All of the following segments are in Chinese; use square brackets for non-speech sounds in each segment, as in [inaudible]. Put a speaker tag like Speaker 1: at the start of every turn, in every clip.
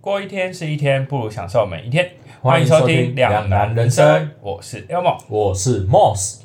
Speaker 1: 过一天是一天，不如享受每一天。
Speaker 2: 欢
Speaker 1: 欢
Speaker 2: 迎
Speaker 1: 迎
Speaker 2: 收
Speaker 1: 收
Speaker 2: 听
Speaker 1: 听
Speaker 2: 《
Speaker 1: 《
Speaker 2: 两
Speaker 1: 两
Speaker 2: 难
Speaker 1: 难
Speaker 2: 人
Speaker 1: 人
Speaker 2: 生
Speaker 1: 生》，我是 Elmo。
Speaker 2: 我是 Moss。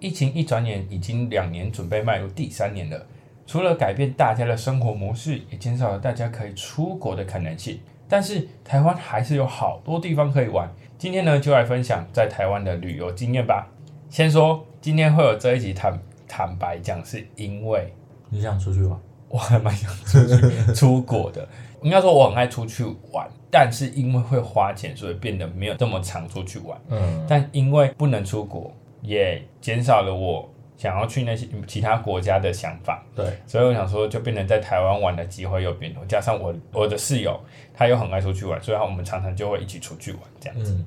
Speaker 1: 疫情一转眼已经两年，准备迈入第三年了。除了改变大家的生活模式，也减少了大家可以出国的可能性。但是台湾还是有好多地方可以玩。今天呢，就来分享在台湾的旅游经验吧。先说今天会有这一集坦坦白讲，是因为
Speaker 2: 你想出去玩？
Speaker 1: 我还蛮想出去出国的。 [laughs] 应该说我很爱出去玩，但是因为会花钱，所以变得没有这么常出去玩。
Speaker 2: 嗯，
Speaker 1: 但因为不能出国，也减少了我想要去那些其他国家的想法，
Speaker 2: 对，
Speaker 1: 所以我想说，就变成在台湾玩的机会又变多。加上我我的室友他又很爱出去玩，所以我们常常就会一起出去玩这样。
Speaker 2: 嗯，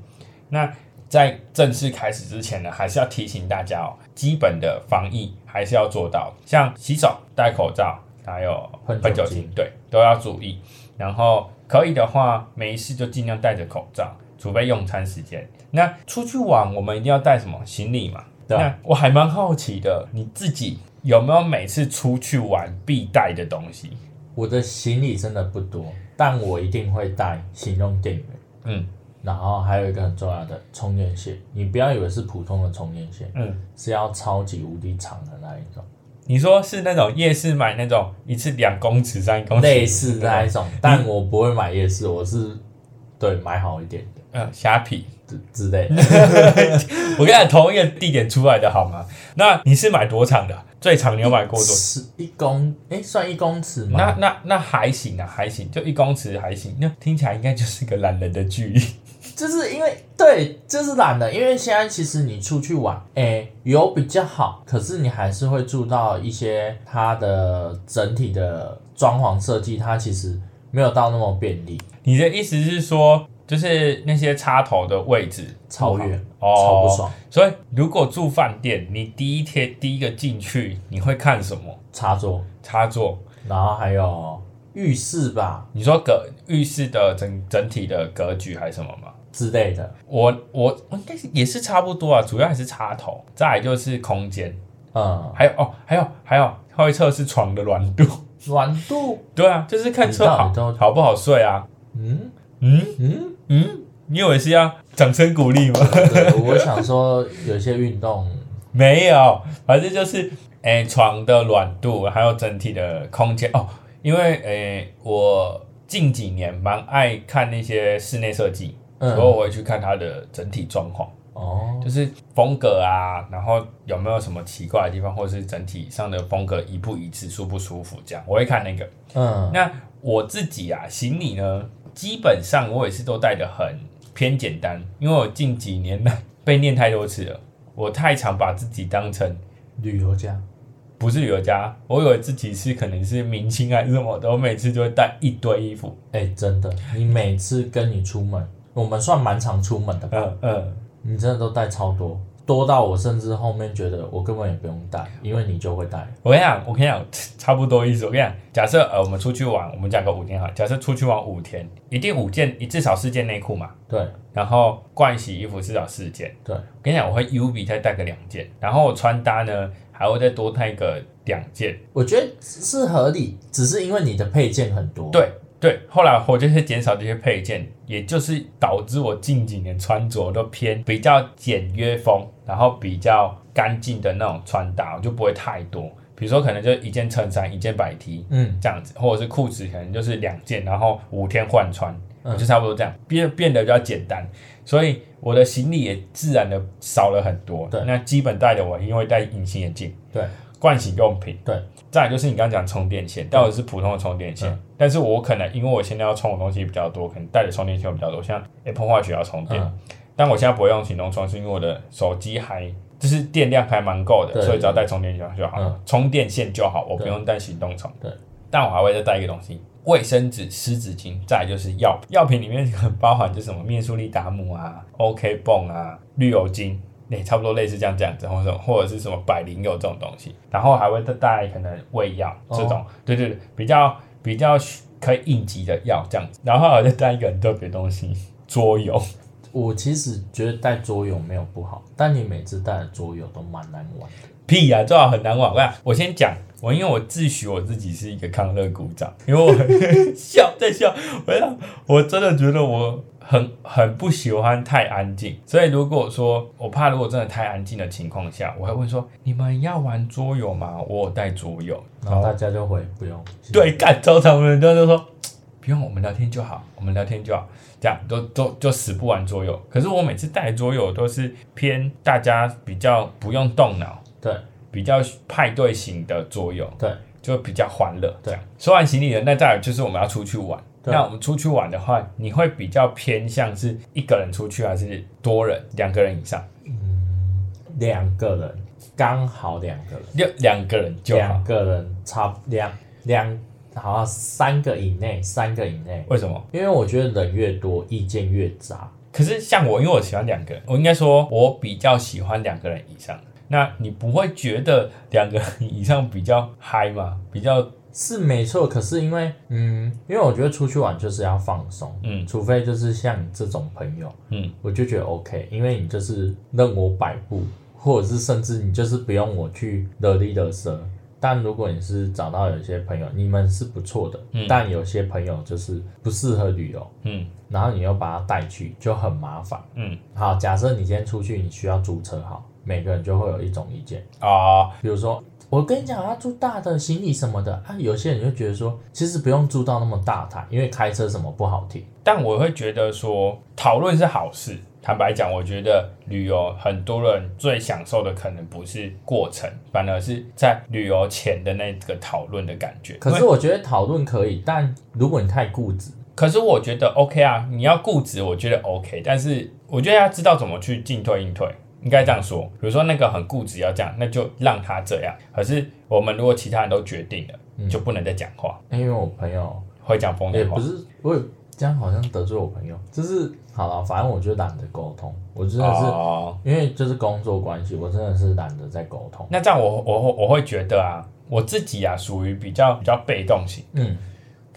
Speaker 1: 那在正式开始之前呢，还是要提醒大家哦，基本的防疫还是要做到，像洗手、戴口罩，还有
Speaker 2: 喷酒
Speaker 1: 酒
Speaker 2: 精
Speaker 1: 精，对，都要注意。然后可以的话，没事就尽量戴着口罩，除非用餐时间。那出去玩，我们一定要带什么行李嘛？
Speaker 2: 对啊
Speaker 1: 那我还蛮好奇的，你自己有没有每次出去玩必带的东西？
Speaker 2: 我的行李真的不多，但我一定会带行动电源，
Speaker 1: 嗯
Speaker 2: 然后还有一个很重要的充电线。你不要以为是普通的充电线，
Speaker 1: 嗯，
Speaker 2: 是要超级无敌长的那一种，
Speaker 1: 你说是那种夜市买那种一次两公尺、三公尺
Speaker 2: 类似
Speaker 1: 的
Speaker 2: 那一种，但我不会买夜市，我是对买好一点的
Speaker 1: 嗯，虾皮，
Speaker 2: 之之类的。
Speaker 1: [laughs] 我跟你讲，同一个地点出来的好吗？那你是买多长的啊？最长你有买过多？
Speaker 2: 是一公，哎，算一公尺吗？
Speaker 1: 那那那还行啊，还行，就一公尺还行。那听起来应该就是个懒人的距离。 [laughs]
Speaker 2: 就是因为对，就是懒的，因为现在其实你出去玩，诶，有比较好，可是你还是会住到一些它的整体的装潢设计，它其实没有到那么便利，
Speaker 1: 你的意思是说，就是那些插头的位置
Speaker 2: 超远，
Speaker 1: 哦，
Speaker 2: 超不。爽，
Speaker 1: 所以如果住饭店，你第一天第一个进去，你会看什么
Speaker 2: 插座，
Speaker 1: 插座？
Speaker 2: 然后还有浴室吧
Speaker 1: 你说格浴室的整整体的格局还是什么吗？
Speaker 2: 之类的，
Speaker 1: 我我我应该是也是差不多啊，主要还是插头，再来就是空间。
Speaker 2: 嗯，
Speaker 1: 还有哦，还有还有，他会测试床的软度。 [laughs]
Speaker 2: 软度，
Speaker 1: 对啊，就是看车好
Speaker 2: 你到底都
Speaker 1: 好不好睡啊。
Speaker 2: 嗯
Speaker 1: 嗯
Speaker 2: 嗯，
Speaker 1: 嗯，你以为是要掌声鼓励吗？ [laughs]
Speaker 2: 对，我想说有些运动，
Speaker 1: 没有，反正就是诶、床的软度，还有整体的空间哦。因为诶、我近几年蛮爱看那些室内设计，所以
Speaker 2: 嗯，
Speaker 1: 我会去看它的整体状况。
Speaker 2: 哦，
Speaker 1: 就是风格啊，然后有没有什么奇怪的地方，或是整体上的风格一不一致，舒不舒服，这样我会看那个。
Speaker 2: 嗯，
Speaker 1: 那我自己啊，行李呢，基本上我也是都带的很偏简单，因为我近几年来被念太多次了，我太常把自己当成
Speaker 2: 旅游家，
Speaker 1: 不是旅游家，我以为自己是可能是明星还是什么的，我每次就会带一堆衣服，
Speaker 2: 哎、真的，你每次跟你出门，我们算蛮常出门的吧？
Speaker 1: 嗯嗯，
Speaker 2: 你真的都带超多，多到我甚至后面觉得我根本也不用带，因为你就会带。
Speaker 1: 我跟你讲，我跟你讲，差不多意思。我跟你讲，假设呃，我们出去玩，我们讲个五天哈，假设出去玩五天，一定五件，至少四件内裤嘛，
Speaker 2: 对
Speaker 1: 然后盥洗衣服至少四件。
Speaker 2: 对，
Speaker 1: 我跟你讲，我会 U B 再带个两件，然后我穿搭呢还会再多带个两件。
Speaker 2: 我觉得是合理，只是因为你的配件很多。，
Speaker 1: 对对，后来我就是减少这些配件，也就是导致我近几年穿着都偏比较简约风，然后比较干净的那种穿搭，我就不会太多。比如说，可能就一件衬衫，一件白 T
Speaker 2: 嗯，
Speaker 1: 这样子，或者是裤子可能就是两件，然后五天换穿，
Speaker 2: 嗯
Speaker 1: 就差不多这样，变变得比较简单，所以我的行李也自然的少了很多。
Speaker 2: 对
Speaker 1: 那基本带的我因为戴隐形眼镜，
Speaker 2: 对，
Speaker 1: 盥洗用品，
Speaker 2: 对，
Speaker 1: 再来就是你刚刚讲充电线，但我是普通的充电线，
Speaker 2: 嗯
Speaker 1: 但是我可能因为我现在要充的东西比较多，可能带的充电线会比较多，像 Apple Watch 也要充电，
Speaker 2: 嗯，
Speaker 1: 但我现在不会用行动充，是因为我的手机还就是电量还蛮够
Speaker 2: 对
Speaker 1: 的，所以只要带充电线就好，
Speaker 2: 嗯
Speaker 1: 充电线就好，我不
Speaker 2: 对
Speaker 1: 用带行动充。
Speaker 2: 对，
Speaker 1: 但我还会再带一个东西，卫生纸、湿纸巾，再来就是药品。药品里面很包含就是什么面舒利达姆啊、OK 泵啊、绿油精。也、差不多类似这样这样子，或者或者是什么百灵油这种东西，然后还会再带可能胃药这种，对对对，比较比较可以应急的药这样子，然后还有再带一个很特别的东西，桌游。
Speaker 2: 我其实觉得带桌游没有不好，但你每次带的桌游都蛮难玩的。
Speaker 1: 屁呀、最好很难玩。我我先讲，我因为我自诩我自己是一个康乐股长，因为我 [laughs] 笑在笑，我想我真的觉得我很很不喜欢太安静，所以如果说我怕如果真的太安静的情况下，我会问说你们要玩桌游吗？我有带桌游，
Speaker 2: 然后大家就回不用。
Speaker 1: 对，干超常人家就说不用，我们聊天就好，我们聊天就好，这样都都就死不玩桌游。可是我每次带桌游都是偏大家比较不用动脑。
Speaker 2: 对
Speaker 1: 比较派对型的桌游，
Speaker 2: 对，
Speaker 1: 就比较欢乐。这
Speaker 2: 对
Speaker 1: 样，说完行李了，那再来就是我们要出去玩。
Speaker 2: 对
Speaker 1: 那我们出去玩的话，你会比较偏向是一个人出去，还是多人、两个人以上？
Speaker 2: 两个人刚好两个人，
Speaker 1: 两两个人就好
Speaker 2: 两。个人差不两两好像三个以内，三个以内。
Speaker 1: 为什么？
Speaker 2: 因为我觉得人越多，意见越杂。
Speaker 1: 可是像我，因为我喜欢两个人，我应该说我比较喜欢两个人以上。那你不会觉得两个人以上比较嗨吗？比较
Speaker 2: 是没错，可是因为，嗯，因为我觉得出去玩就是要放松，
Speaker 1: 嗯
Speaker 2: 除非就是像你这种朋友，
Speaker 1: 嗯，
Speaker 2: 我就觉得 OK，因为你就是任我摆布，或者是甚至你就是不用我去惹力惹舌。但如果你是找到有些朋友，你们是不错的，
Speaker 1: 嗯
Speaker 2: 但有些朋友就是不适合旅游，
Speaker 1: 嗯
Speaker 2: 然后你又把他带去，就很麻烦。
Speaker 1: 嗯
Speaker 2: 好，假设你今天出去，你需要租车，好，每个人就会有一种意见。
Speaker 1: 啊、
Speaker 2: 比如说，我跟你讲，要租大的行李什么的啊，有些人就觉得说，其实不用租到那么大台，因为开车什么不好停。
Speaker 1: 但我会觉得说，讨论是好事。坦白讲，我觉得旅游很多人最享受的可能不是过程，反而是在旅游前的那个讨论的感觉。
Speaker 2: 可
Speaker 1: 因
Speaker 2: 是
Speaker 1: 为
Speaker 2: 我觉得讨论可以，但如果你太固执，
Speaker 1: 可是我觉得 OK 啊，你要固执，我觉得 OK，但是我觉得要知道怎么去进退应退，应该这样说。比如说那个很固执要这样，那就让他这样。可是我们如果其他人都决定了，就不能再讲话，
Speaker 2: 哎因为我朋友
Speaker 1: 会讲风
Speaker 2: 嗯也
Speaker 1: 凉话
Speaker 2: 不。是我也这样好像得罪我朋友，就是好了，反正我就懒得沟通，我真的是、
Speaker 1: 哦
Speaker 2: 因为就是工作关系，我真的是懒得再沟通。
Speaker 1: 那这样我我我会觉得啊，我自己啊属于比较比较被动型。
Speaker 2: 嗯，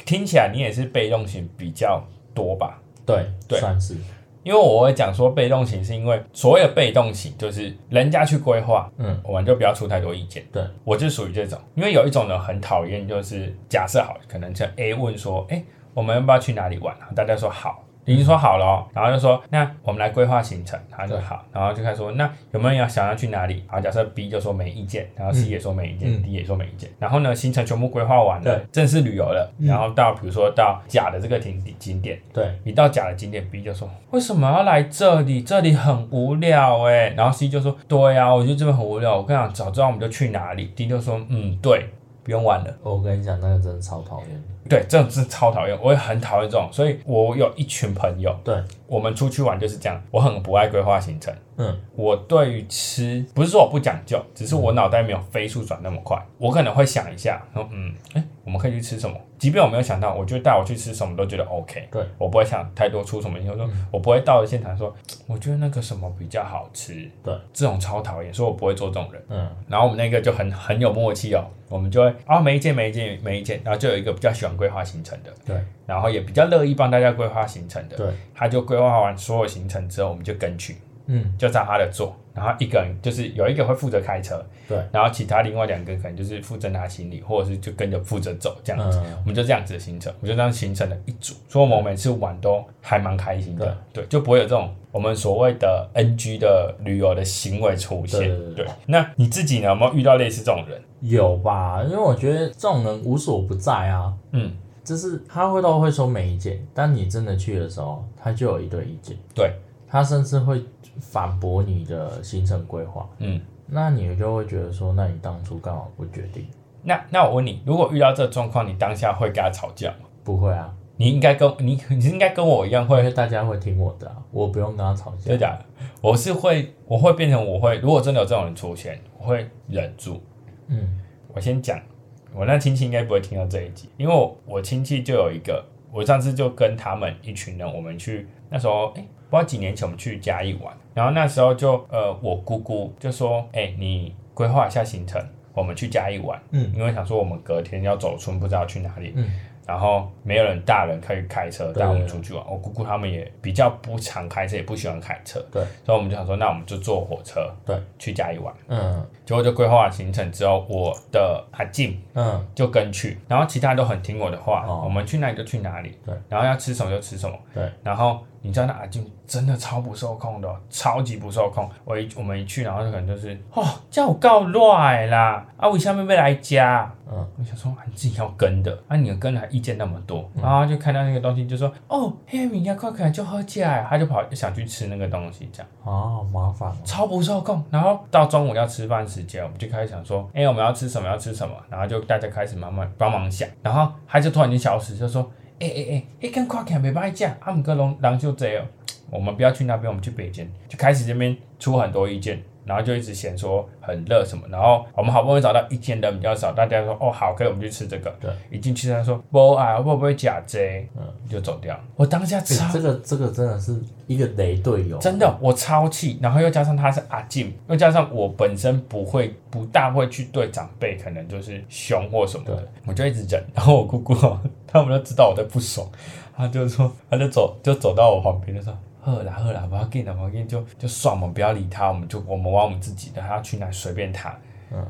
Speaker 1: 听起来你也是被动型比较多吧？
Speaker 2: 对，
Speaker 1: 对
Speaker 2: 算是
Speaker 1: 因为我会讲说被动型，是因为所谓的被动型就是人家去规划，
Speaker 2: 嗯，
Speaker 1: 我们就不要出太多意见。
Speaker 2: 对，
Speaker 1: 我就属于这种，因为有一种人很讨厌，就是假设好，可能像 A 问说，哎、我们要不要去哪里玩啊？大家说好，已经说好了、哦，然后就说那我们来规划行程，然后就
Speaker 2: 对
Speaker 1: 好，然后就开始说那有没有人要想要去哪里？然后假设 B 就说没意见，然后 C 也说没意见、
Speaker 2: 嗯
Speaker 1: d 也说没意见，然后呢行程全部规划完了
Speaker 2: 对，
Speaker 1: 正式旅游了，
Speaker 2: 嗯
Speaker 1: 然后到比如说到甲的这个景点景点。
Speaker 2: 对，
Speaker 1: 你到假的景点，B 就说为什么要来这里？这里很无聊哎、然后 C 就说对啊，我觉得这边很无聊。我跟你讲，早知道我们就去哪里。D 就说嗯，对，不用玩了。
Speaker 2: 我跟你讲，那个真的超讨厌的。
Speaker 1: 对，这种是超讨厌，我也很讨厌这种。所以我有一群朋友，
Speaker 2: 对，
Speaker 1: 我们出去玩就是这样。我很不爱规划行程，
Speaker 2: 嗯，
Speaker 1: 我对于吃不是说我不讲究，只是我脑袋没有飞速转那么快。我可能会想一下，说嗯，哎、我们可以去吃什么？即便我没有想到，我就带我去吃什么都觉得 OK。
Speaker 2: 对，嗯
Speaker 1: 我不会想太多出什么意见，我说我不会到了现场说，我觉得那个什么比较好吃。
Speaker 2: 对，
Speaker 1: 这种超讨厌，所以我不会做这种人。
Speaker 2: 嗯，
Speaker 1: 然后我们那个就很很有默契哦，我们就会啊、每一件每一件每一件，然后就有一个比较喜欢规划行程的，
Speaker 2: 对
Speaker 1: 然后也比较乐意帮大家规划行程的，
Speaker 2: 对，
Speaker 1: 他就规划完所有行程之后，我们就跟去，
Speaker 2: 嗯，
Speaker 1: 就照他的做，然后一个人就是有一个会负责开车，
Speaker 2: 对，
Speaker 1: 然后其他另外两个可能就是负责拿行李，或者是就跟着负责走这样子。
Speaker 2: 嗯
Speaker 1: 我们就这样子的行程，我们就这样形成了一组，所以我们每次玩都还蛮开心的，对，就不会有这种我们所谓的 NG 的旅游的行为出现。
Speaker 2: 对对对对
Speaker 1: 那你自己呢？有没有遇到类似这种人？
Speaker 2: 有吧？因为我觉得这种人无所不在啊，
Speaker 1: 嗯，
Speaker 2: 就是他会都会说没意见，但你真的去的时候，他就有一堆意见，
Speaker 1: 对，
Speaker 2: 他甚至会反驳你的行程规划，
Speaker 1: 嗯，
Speaker 2: 那你就会觉得说，那你当初干嘛不决定？
Speaker 1: 那那我问你，如果遇到这状况，你当下会跟他吵架吗？
Speaker 2: 不会啊，
Speaker 1: 你应该跟你你应该跟我一样
Speaker 2: 因
Speaker 1: 会，
Speaker 2: 为大家会听我的、啊，我不用跟他吵
Speaker 1: 真的
Speaker 2: 架。
Speaker 1: 假的？我是会，我会变成我会，如果真的有这种人出现，我会忍住，
Speaker 2: 嗯
Speaker 1: 我先讲，我那亲戚应该不会听到这一集，因为我我亲戚就有一个，我上次就跟他们一群人，我们去那时候，哎、不知道几年前我们去嘉义玩，然后那时候就呃，我姑姑就说，哎、你规划一下行程，我们去嘉义玩，
Speaker 2: 嗯
Speaker 1: 因为想说我们隔天要走村，不知道去哪里，
Speaker 2: 嗯
Speaker 1: 然后没有人大人可以开车带我们
Speaker 2: 对
Speaker 1: 出去玩。我姑姑他们也比较不常开车，也不喜欢开车，
Speaker 2: 对，
Speaker 1: 所以我们就想说，那我们就坐火车，
Speaker 2: 对，
Speaker 1: 去嘉义玩。
Speaker 2: 嗯
Speaker 1: 结果就规划行程之后，我的阿静
Speaker 2: 嗯，
Speaker 1: 就跟去，然后其他都很听我的话，
Speaker 2: 哦
Speaker 1: 我们去哪里就去哪里，
Speaker 2: 对，
Speaker 1: 然后要吃什么就吃什么，
Speaker 2: 对，
Speaker 1: 然后你知道那阿静真的超不受控的哦、超级不受控。我一我们一去，然后就可能就是哦，叫我告乱啦，啊，为什么要来家？
Speaker 2: 嗯，
Speaker 1: 我想说、啊、你自己要跟的，啊，你跟的还意见那么多，然后他就看到那个东西就说哦，黑米要快快就喝起来，他就跑想去吃那个东西，这样。
Speaker 2: 哦，好麻烦哦，
Speaker 1: 超不受控。然后到中午要吃饭时间，我们就开始想说，哎、我们要吃什么？要吃什么？然后就大家开始慢慢帮忙想，然后他就突然间消失，就说，哎哎哎，迄间看起来袂歹食，啊，毋过人人就这哦，我们不要去那边，我们去北京，就开始这边出很多意见。然后就一直嫌说很热什么，然后我们好不容易找到一间人比较少，大家说哦好，可以我们去吃这个。
Speaker 2: 对，
Speaker 1: 一进去他说不啊，会不会假这？嗯，就走掉了。我当下
Speaker 2: 欸
Speaker 1: 超
Speaker 2: 这个这个真的是一个雷队友，
Speaker 1: 真的，我超气，然后又加上他是阿静，又加上我本身不会不大会去对长辈，可能就是凶或什么的，我就一直忍。然后我姑姑 [laughs] 哦他们都知道我在不爽，他就说，他就走就走到我旁边就说。喝啦喝啦，不要紧啦，不要紧，就就算我们不要理他，我们就我们玩我们自己的，他要去哪随便他，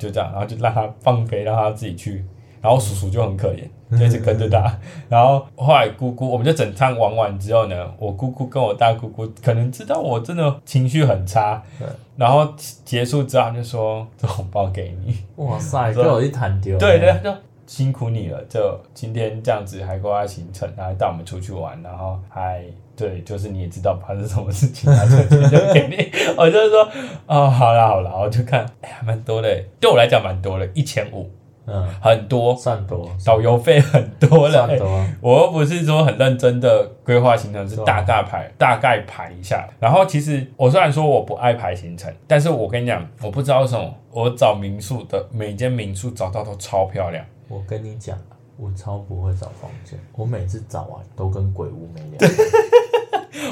Speaker 1: 就这样，然后就让他放飞，让他自己去。然后叔叔就很可怜，就一直跟着他。然后后来姑姑，我们就整趟玩完之后呢，我姑姑跟我大姑姑可能知道我真的情绪很差
Speaker 2: 对，
Speaker 1: 然后结束之后她就说：“这红包给你。”
Speaker 2: 哇塞，被我一弹丢，
Speaker 1: 对对，，就辛苦你了，就今天这样子还规划行程，然后还带我们出去玩，然后还对，就是你也知道发生什么事情，然后就就给你，我就说哦，好啦好啦，我就看，哎呀，还蛮多的，对我来讲蛮多的，一千五，
Speaker 2: 嗯，
Speaker 1: 很多，
Speaker 2: 算多，
Speaker 1: 导游费很多了。
Speaker 2: 算多，
Speaker 1: 我又不是说很认真的规划行程，是
Speaker 2: 是吧
Speaker 1: 大概排大概排一下。然后其实我虽然说我不爱排行程，但是我跟你讲，我不知道为什么，我找民宿的每间民宿找到都超漂亮。 [laughs]
Speaker 2: 我跟你讲，我超不会找房间，我每次找完都跟鬼屋没两样。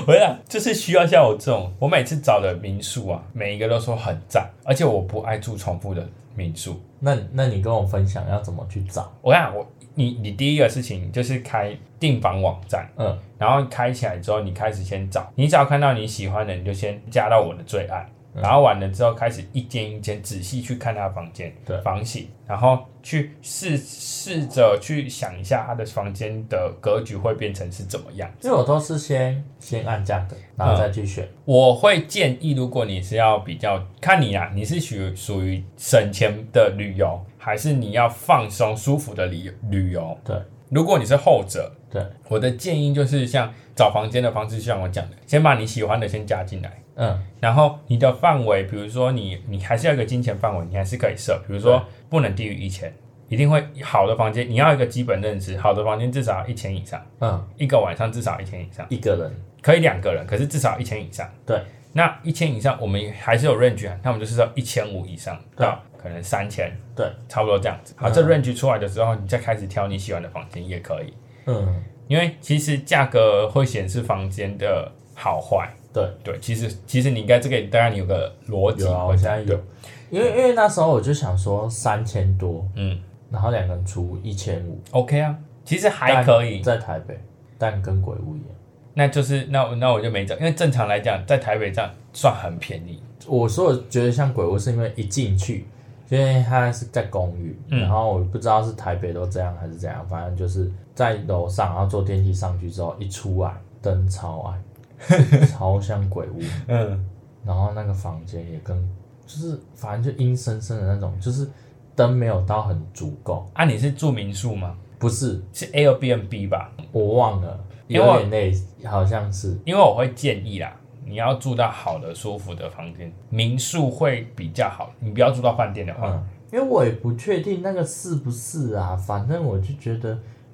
Speaker 1: 我跟你讲，就是需要像我这种，我每次找的民宿啊，每一个都说很赞，而且我不爱住重复的民宿。
Speaker 2: 那那你跟我分享要怎么去找？
Speaker 1: 我跟你讲，我你你第一个事情就是开订房网站，
Speaker 2: 嗯，
Speaker 1: 然后开起来之后，你开始先找，你只要看到你喜欢的，你就先加到我的最爱。
Speaker 2: 嗯
Speaker 1: 然后完了之后，开始一间一间仔细去看他的房间、
Speaker 2: 对
Speaker 1: 房型，然后去试试着去想一下他的房间的格局会变成是怎么样。
Speaker 2: 因为我都是先先按价格，然后再去选。
Speaker 1: 我会建议，如果你是要比较看你啊，你是属于属于省钱的旅游，还是你要放松舒服的旅旅游？
Speaker 2: 对
Speaker 1: 如果你是后者，
Speaker 2: 对，
Speaker 1: 我的建议就是像找房间的方式，就像我讲的，先把你喜欢的先加进来，
Speaker 2: 嗯，
Speaker 1: 然后你的范围，比如说你你还是要有一个金钱范围，你还是可以设，比如说不能低于一千，一定会好的房间，你要有一个基本认知，好的房间至少一千以上，
Speaker 2: 嗯，
Speaker 1: 一个晚上至少一千以上。
Speaker 2: 一个人，
Speaker 1: 可以两个人，可是至少一千以上。
Speaker 2: 对，
Speaker 1: 那一千以上我们还是有 range 啊，那我们就是要一千五以上到可能三千，
Speaker 2: 对，
Speaker 1: 差不多这样子。好，这 range 出来的时候，你再开始挑你喜欢的房间也可以，
Speaker 2: 嗯，
Speaker 1: 因为其实价格会显示房间的好坏。
Speaker 2: 对，
Speaker 1: 对，其实其实你应该这个大概你有个逻辑
Speaker 2: 有啊，我
Speaker 1: 会
Speaker 2: 现
Speaker 1: 这样，
Speaker 2: 在有，因为因为那时候我就想说三千多，
Speaker 1: 嗯
Speaker 2: 然后两个人出一千五，
Speaker 1: ，OK 啊，其实还可以。
Speaker 2: 在台北，但跟鬼屋一样。
Speaker 1: 那就是那我那我就没找，因为正常来讲，在台北这样算很便宜。
Speaker 2: 我说我觉得像鬼屋是因为一进去，因为它是在公寓，
Speaker 1: 嗯
Speaker 2: 然后我不知道是台北都这样还是怎样，反正就是在楼上，然后坐电梯上去之后，一出来灯超
Speaker 1: [laughs]
Speaker 2: 暗，超像鬼屋，
Speaker 1: 嗯，
Speaker 2: 然后那个房间也跟就是反正就阴森森的那种，就是灯没有到很足够，
Speaker 1: 啊，你是住民宿吗？
Speaker 2: 不是
Speaker 1: 是 Airbnb 吧？
Speaker 2: 我忘了，
Speaker 1: 因
Speaker 2: 有
Speaker 1: 为我
Speaker 2: 点累，好像是
Speaker 1: 因为我会建议啦，你要住到好的、舒服的房间，民宿会比较好。你不要住到饭店的话，
Speaker 2: 嗯，因为我也不确定那个是不是啊，反正我就觉得，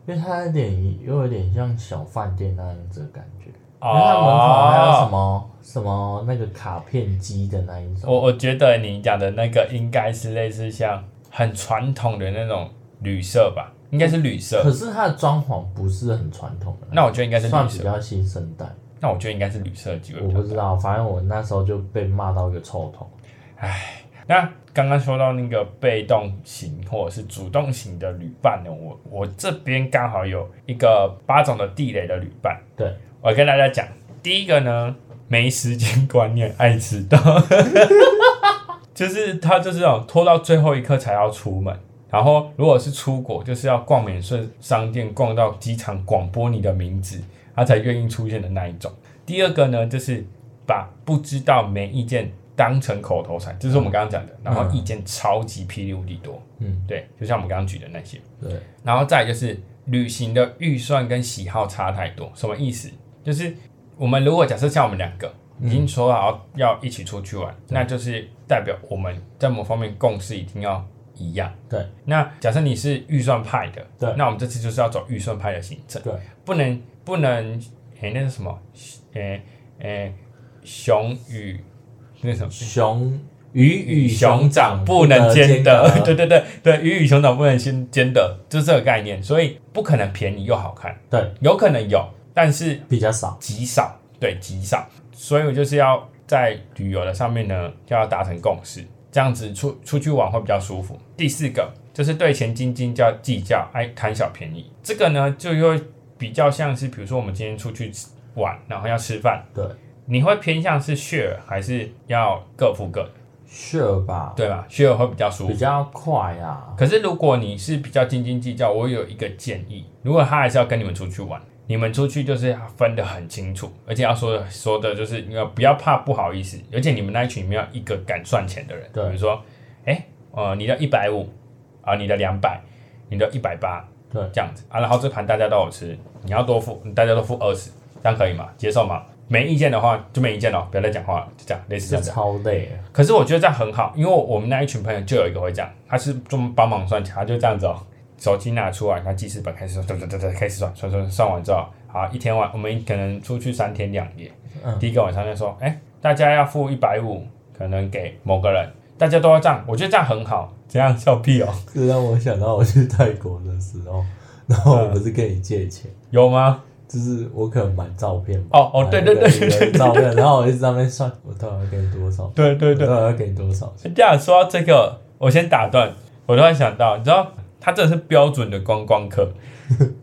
Speaker 2: 因为它有点又有点像小饭店那样子的感觉，
Speaker 1: 啊
Speaker 2: 因为它门口还有什么、什么那个卡片机的那一种，
Speaker 1: 我我觉得你讲的那个应该是类似像很传统的那种旅社吧，应该是旅社
Speaker 2: 可。是它的装潢不是很传统的，
Speaker 1: 那我觉得应该是
Speaker 2: 嗯算
Speaker 1: 旅
Speaker 2: 比
Speaker 1: 社，
Speaker 2: 较嗯新生代，
Speaker 1: 那我觉得应该是旅社的机会
Speaker 2: 我
Speaker 1: 比较
Speaker 2: 不
Speaker 1: 大
Speaker 2: 知道，反正我那时候就被骂到一个臭头。
Speaker 1: 那刚刚说到那个被动型或者是主动型的旅伴呢，我我这边刚好有一个八种的地雷的旅伴，
Speaker 2: 对
Speaker 1: 我跟大家讲，第一个呢，没时间观念，爱迟到， [laughs] 就是他就是那种拖到最后一刻才要出门。然后，如果是出国，就是要逛免税商店，逛到机场广播你的名字，他才愿意出现的那一种。第二个呢，就是把不知道没意见当成口头禅，这是我们刚刚讲的。然后意见超级霹雳无敌多，
Speaker 2: 嗯，
Speaker 1: 对，就像我们刚刚举的那些。
Speaker 2: 对，
Speaker 1: 然后再来就是旅行的预算跟喜好差太多，什么意思？就是我们如果假设像我们两个已经说好要一起出去玩，那就是代表我们在某方面共识一定要一样。
Speaker 2: 对，
Speaker 1: 那假设你是预算派的，
Speaker 2: 对
Speaker 1: 那我们这次就是要走预算派的行程，
Speaker 2: 对，
Speaker 1: 不能不能，诶，那是什么？诶诶，熊与那什么？
Speaker 2: 熊鱼与
Speaker 1: 熊
Speaker 2: 熊
Speaker 1: 掌
Speaker 2: 掌
Speaker 1: 不能兼得，
Speaker 2: 不
Speaker 1: 对
Speaker 2: 得
Speaker 1: 对对对，鱼与熊掌不能兼兼得，就是这个概念，所以不可能便宜又好看，
Speaker 2: [laughs] 对，
Speaker 1: 有可能有，但是
Speaker 2: 比较少，
Speaker 1: 极少，对极少，所以我就是要在旅游的上面呢，就要达成共识，这样子出出去玩会比较舒服。第四个就是对钱斤斤较计较，爱贪小便宜，这个呢就会比较像是，比如说我们今天出去吃玩，然后要吃饭，
Speaker 2: 对，
Speaker 1: 你会偏向是 share 还是要各付各的？
Speaker 2: 是吧？
Speaker 1: 对吧？share 会比较舒服
Speaker 2: 比。较快啊，
Speaker 1: 可是如果你是比较斤斤计较，我有一个建议，如果他还是要跟你们出去玩，你们出去就是分得很清楚，而且要说的说的就是你要不要怕不好意思，而且你们那一群里面要一个敢算钱的人，
Speaker 2: 对
Speaker 1: 比如说，哎、呃，你的一百五啊，你的两百，你的一百八
Speaker 2: 对，
Speaker 1: 这样子啊，然后这盘大家都有吃，你要多付，大家都付二十，这样可以吗？接受吗？没意见的话就没意见了，不要再讲话了，就这样，类似这
Speaker 2: 这
Speaker 1: 样子。
Speaker 2: 超累啊，
Speaker 1: 可是我觉得这样很好，因为我们那一群朋友就有一个会这样，他是这么帮忙算钱，他就这样子哦，手机拿出来，他记事本开始算，哒哒哒哒开始算，算算算完之后，好，一天晚我们可能出去三天两夜，
Speaker 2: 嗯
Speaker 1: 第一个晚上就说，哎、大家要付一百五，可能给某个人，大家都要这样，我觉得这样很好，这样笑屁哦，
Speaker 2: 这让我想到我去泰国的时候， [laughs] 然后我不是跟你借钱。
Speaker 1: 有吗？
Speaker 2: 就是我可能买照片嘛，
Speaker 1: 哦哦对
Speaker 2: 买那个
Speaker 1: 对对对
Speaker 2: 一个照片，然后我一直在那边算，我到底要给你多少？
Speaker 1: 对对
Speaker 2: 我到底要给你多少？
Speaker 1: 这样说到这个，我先打断，我突然想到，你知道他真的是标准的观光客，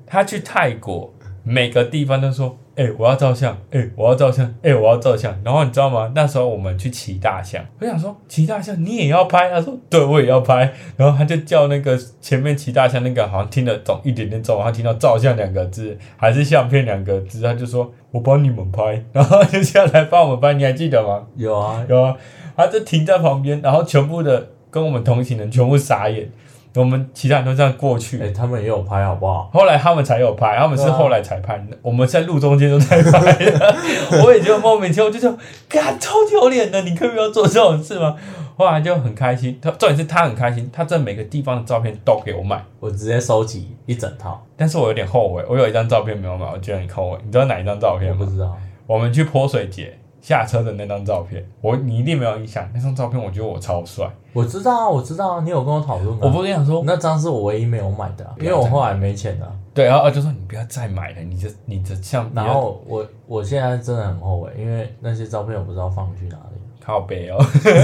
Speaker 1: 他去泰国每个地方都说：“哎、我要照相，哎、我要照相，哎、我要照相。”然后你知道吗？那时候我们去骑大象，我想说骑大象你也要拍，他说：“对，我也要拍。”然后他就叫那个前面骑大象那个好像听得懂一点点懂，他听到“照相”两个字还是“相片”两个字，他就说：“我帮你们拍。”然后就下来帮我们拍，你还记得吗？
Speaker 2: 有啊，
Speaker 1: 有啊，他就停在旁边，然后全部的跟我们同行人全部傻眼，我们其他人都这样过去。
Speaker 2: 哎、他们也有拍好不好？
Speaker 1: 后来他们才有拍，他们是
Speaker 2: 对啊
Speaker 1: 后来才拍，我们在路中间都在拍的。 [laughs] 我也觉得莫名其妙，我就说，干超丢脸的，你可以不要做这种事吗？后来就很开心，他重点是他很开心，他在每个地方的照片都给我买。
Speaker 2: 我直接收集一整套，
Speaker 1: 但是我有点后悔，我有一张照片没有买，我觉得很后悔。你知道哪一张照片
Speaker 2: 我
Speaker 1: 吗
Speaker 2: 不？知道。
Speaker 1: 我们去泼水节下车的那张照片，我你一定没有印象。那张照片我觉得我超帅，
Speaker 2: 我知道啊，我知道啊，你有跟我讨论啊。
Speaker 1: 我不跟你讲说，
Speaker 2: 那张是我唯一没有买的啊、因为我后来没钱了、啊
Speaker 1: 对，然后呃就说你不要再买了，你这你这像你
Speaker 2: 然
Speaker 1: 要
Speaker 2: 后我我现在真的很后悔，因为那些照片我不知道放去哪里。
Speaker 1: 靠背哦。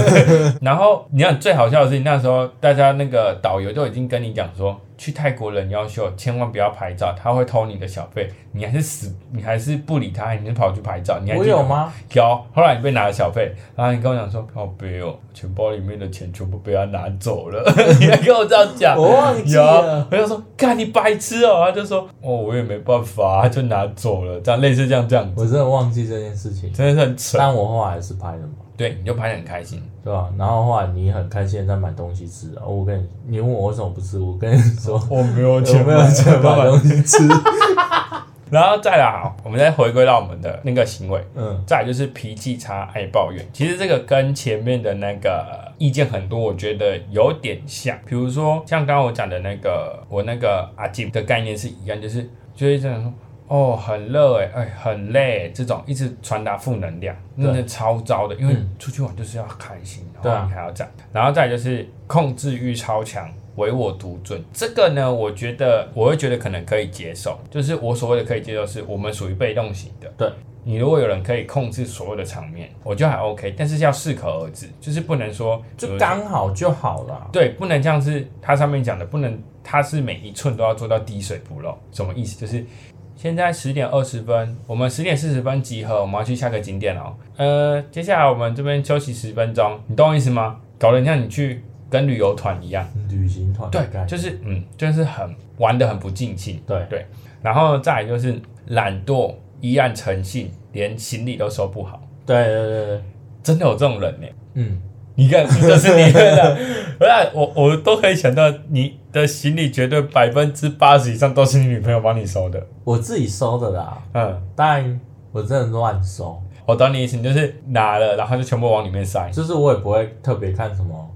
Speaker 1: [laughs] 然后你看最好笑的是，那时候大家那个导游都已经跟你讲说，去泰国人妖秀千万不要拍照，他会偷你的小费，你还是死，你还是不理他，你就跑去拍照，你还
Speaker 2: 我
Speaker 1: 记得
Speaker 2: 有？吗？
Speaker 1: 有，后来你被拿了小费，然后你跟我讲说，靠背哦，钱包里面的钱全部被他拿走
Speaker 2: [laughs]
Speaker 1: 了，你还跟我这样讲，
Speaker 2: 我忘记
Speaker 1: 有啊
Speaker 2: 了，，
Speaker 1: 我就说，干你白痴哦、他就说，哦，我也没办法、就拿走了，这样类似这样这样子
Speaker 2: 我真的忘记这件事情。
Speaker 1: 真的是很扯。
Speaker 2: 但我后来还是拍了嘛。
Speaker 1: 对，你就拍得很开心。
Speaker 2: 对吧、然后后来你很开心地在买东西吃，然后我跟你，你问我为什么不吃，我跟你说
Speaker 1: 我没有
Speaker 2: 我没有钱买东西 [laughs] 吃。
Speaker 1: 然后再来啊，我们再回归到我们的那个行为，
Speaker 2: 嗯，
Speaker 1: 再来就是脾气差、爱抱怨。其实这个跟前面的那个呃意见很多，我觉得有点像。比如说像刚刚我讲的那个，我那个阿进的概念是一样，就是就是这样说。哦，很热哎，哎，很累欸，这种一直传达负能量，那
Speaker 2: 对
Speaker 1: 是超糟的。因为
Speaker 2: 嗯
Speaker 1: 出去玩就是要开心，
Speaker 2: 对
Speaker 1: 然
Speaker 2: 啊
Speaker 1: 后你还要这样，然后再来就是控制欲超强，唯我独尊。这个呢，我觉得我会觉得可能可以接受，就是我所谓的可以接受，是我们属于被动型的。
Speaker 2: 对，
Speaker 1: 你如果有人可以控制所有的场面，我觉得还 OK，但是要适可而止，就是不能说
Speaker 2: 就刚好就好了。
Speaker 1: 对，不能像是它上面讲的，不能它是每一寸都要做到滴水不漏，什么意思？就是现在十点二十分，我们十点四十分集合，我们要去下个景点哦。呃，接下来我们这边休息十分钟，你懂我意思吗？搞得像你去跟旅游团一样，
Speaker 2: 旅行团的概
Speaker 1: 就
Speaker 2: 念
Speaker 1: 是嗯，就是很玩的很不尽兴。
Speaker 2: 对
Speaker 1: 然后再来就是懒惰、依然诚信，连行李都收不好，
Speaker 2: 对对对对，
Speaker 1: 真的有这种人呢、
Speaker 2: 嗯，
Speaker 1: 你看，这是你的，不然我我都可以想到，你的行李绝对百分之八十以上都是你女朋友帮你收的。
Speaker 2: 我自己收的啦，
Speaker 1: 嗯，
Speaker 2: 但我真的乱收，
Speaker 1: 我懂你意思，你就是拿了，然后就全部往里面塞，
Speaker 2: 就是我也不会特别看什么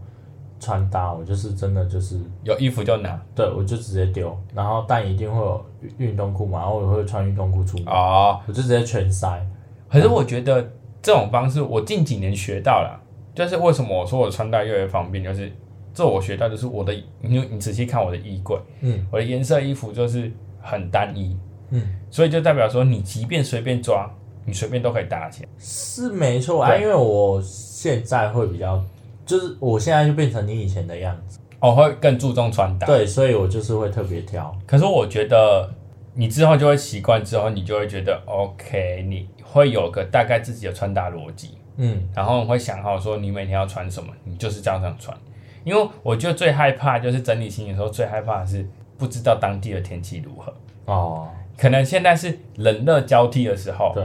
Speaker 2: 穿搭，我就是真的就是
Speaker 1: 有衣服就拿。
Speaker 2: 对我就直接丢，然后但一定会有运运动裤嘛，然后我会穿运动裤出门，
Speaker 1: 哦，
Speaker 2: 我就直接全塞。
Speaker 1: 可是我觉得这种方式，我近几年学到了，就是为什么我说我穿戴越来越方便，就是这我学到，就是我的，你你仔细看我的衣柜，
Speaker 2: 嗯
Speaker 1: 我的颜色衣服就是很单一，
Speaker 2: 嗯，
Speaker 1: 所以就代表说，你即便随便抓，你随便都可以搭起来。
Speaker 2: 是没错啊，
Speaker 1: 对
Speaker 2: 因为我现在会比较，就是我现在就变成你以前的样子，
Speaker 1: 哦，会更注重穿搭。
Speaker 2: 对，所以我就是会特别挑。
Speaker 1: 可是我觉得你之后就会习惯，之后你就会觉得 OK，你会有个大概自己的穿搭逻辑，
Speaker 2: 嗯，
Speaker 1: 然后你会想好说你每天要穿什么，你就是这样这样穿。因为我觉得最害怕就是整理行李的时候，最害怕的是不知道当地的天气如何。
Speaker 2: 哦，
Speaker 1: 可能现在是冷热交替的时候，
Speaker 2: 对，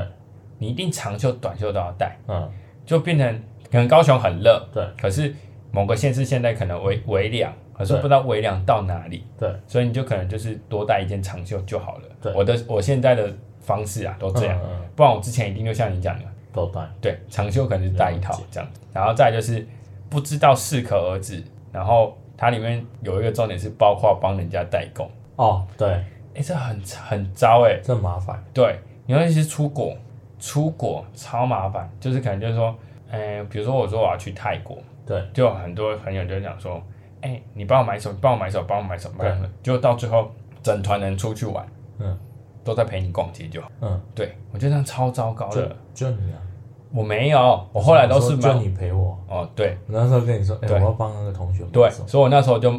Speaker 1: 你一定长袖短袖都要带，
Speaker 2: 嗯，
Speaker 1: 就变成可能高雄很热，
Speaker 2: 对，
Speaker 1: 可是某个县市现在可能微微凉，可是
Speaker 2: 对
Speaker 1: 不知道微凉到哪里，
Speaker 2: 对，
Speaker 1: 所以你就可能就是多带一件长袖就好了。
Speaker 2: 对
Speaker 1: 我的我现在的方式啊都这样，
Speaker 2: 嗯嗯
Speaker 1: 不然我之前一定就像你讲的，
Speaker 2: 都带。
Speaker 1: 对，长袖可能是带一
Speaker 2: 了
Speaker 1: 套
Speaker 2: 解
Speaker 1: 这样，然后再来就是不知道适可而止，然后它里面有一个重点是包括帮人家代购，
Speaker 2: 哦，对，
Speaker 1: 哎、这很很糟哎、
Speaker 2: 这麻烦。
Speaker 1: 对，尤其是出国，出国超麻烦，就是可能就是说，嗯、比如说我说我要去泰国，
Speaker 2: 对，
Speaker 1: 就有很多朋友就讲说，哎、你帮我买手，你帮我买手，帮我买手，帮
Speaker 2: 对
Speaker 1: 我买手，就到最后整团人出去玩，
Speaker 2: 嗯
Speaker 1: 都在陪你逛街就好。
Speaker 2: 嗯，
Speaker 1: 对我觉得这样超糟糕
Speaker 2: 就
Speaker 1: 的。
Speaker 2: 就你啊，
Speaker 1: 我没有，我后来都是
Speaker 2: 说就
Speaker 1: 买。
Speaker 2: 你陪我。
Speaker 1: 哦，对
Speaker 2: 我那时候跟你说，哎、
Speaker 1: 对
Speaker 2: 我要帮那个同学买
Speaker 1: 对，
Speaker 2: 手
Speaker 1: 所以我那时候就，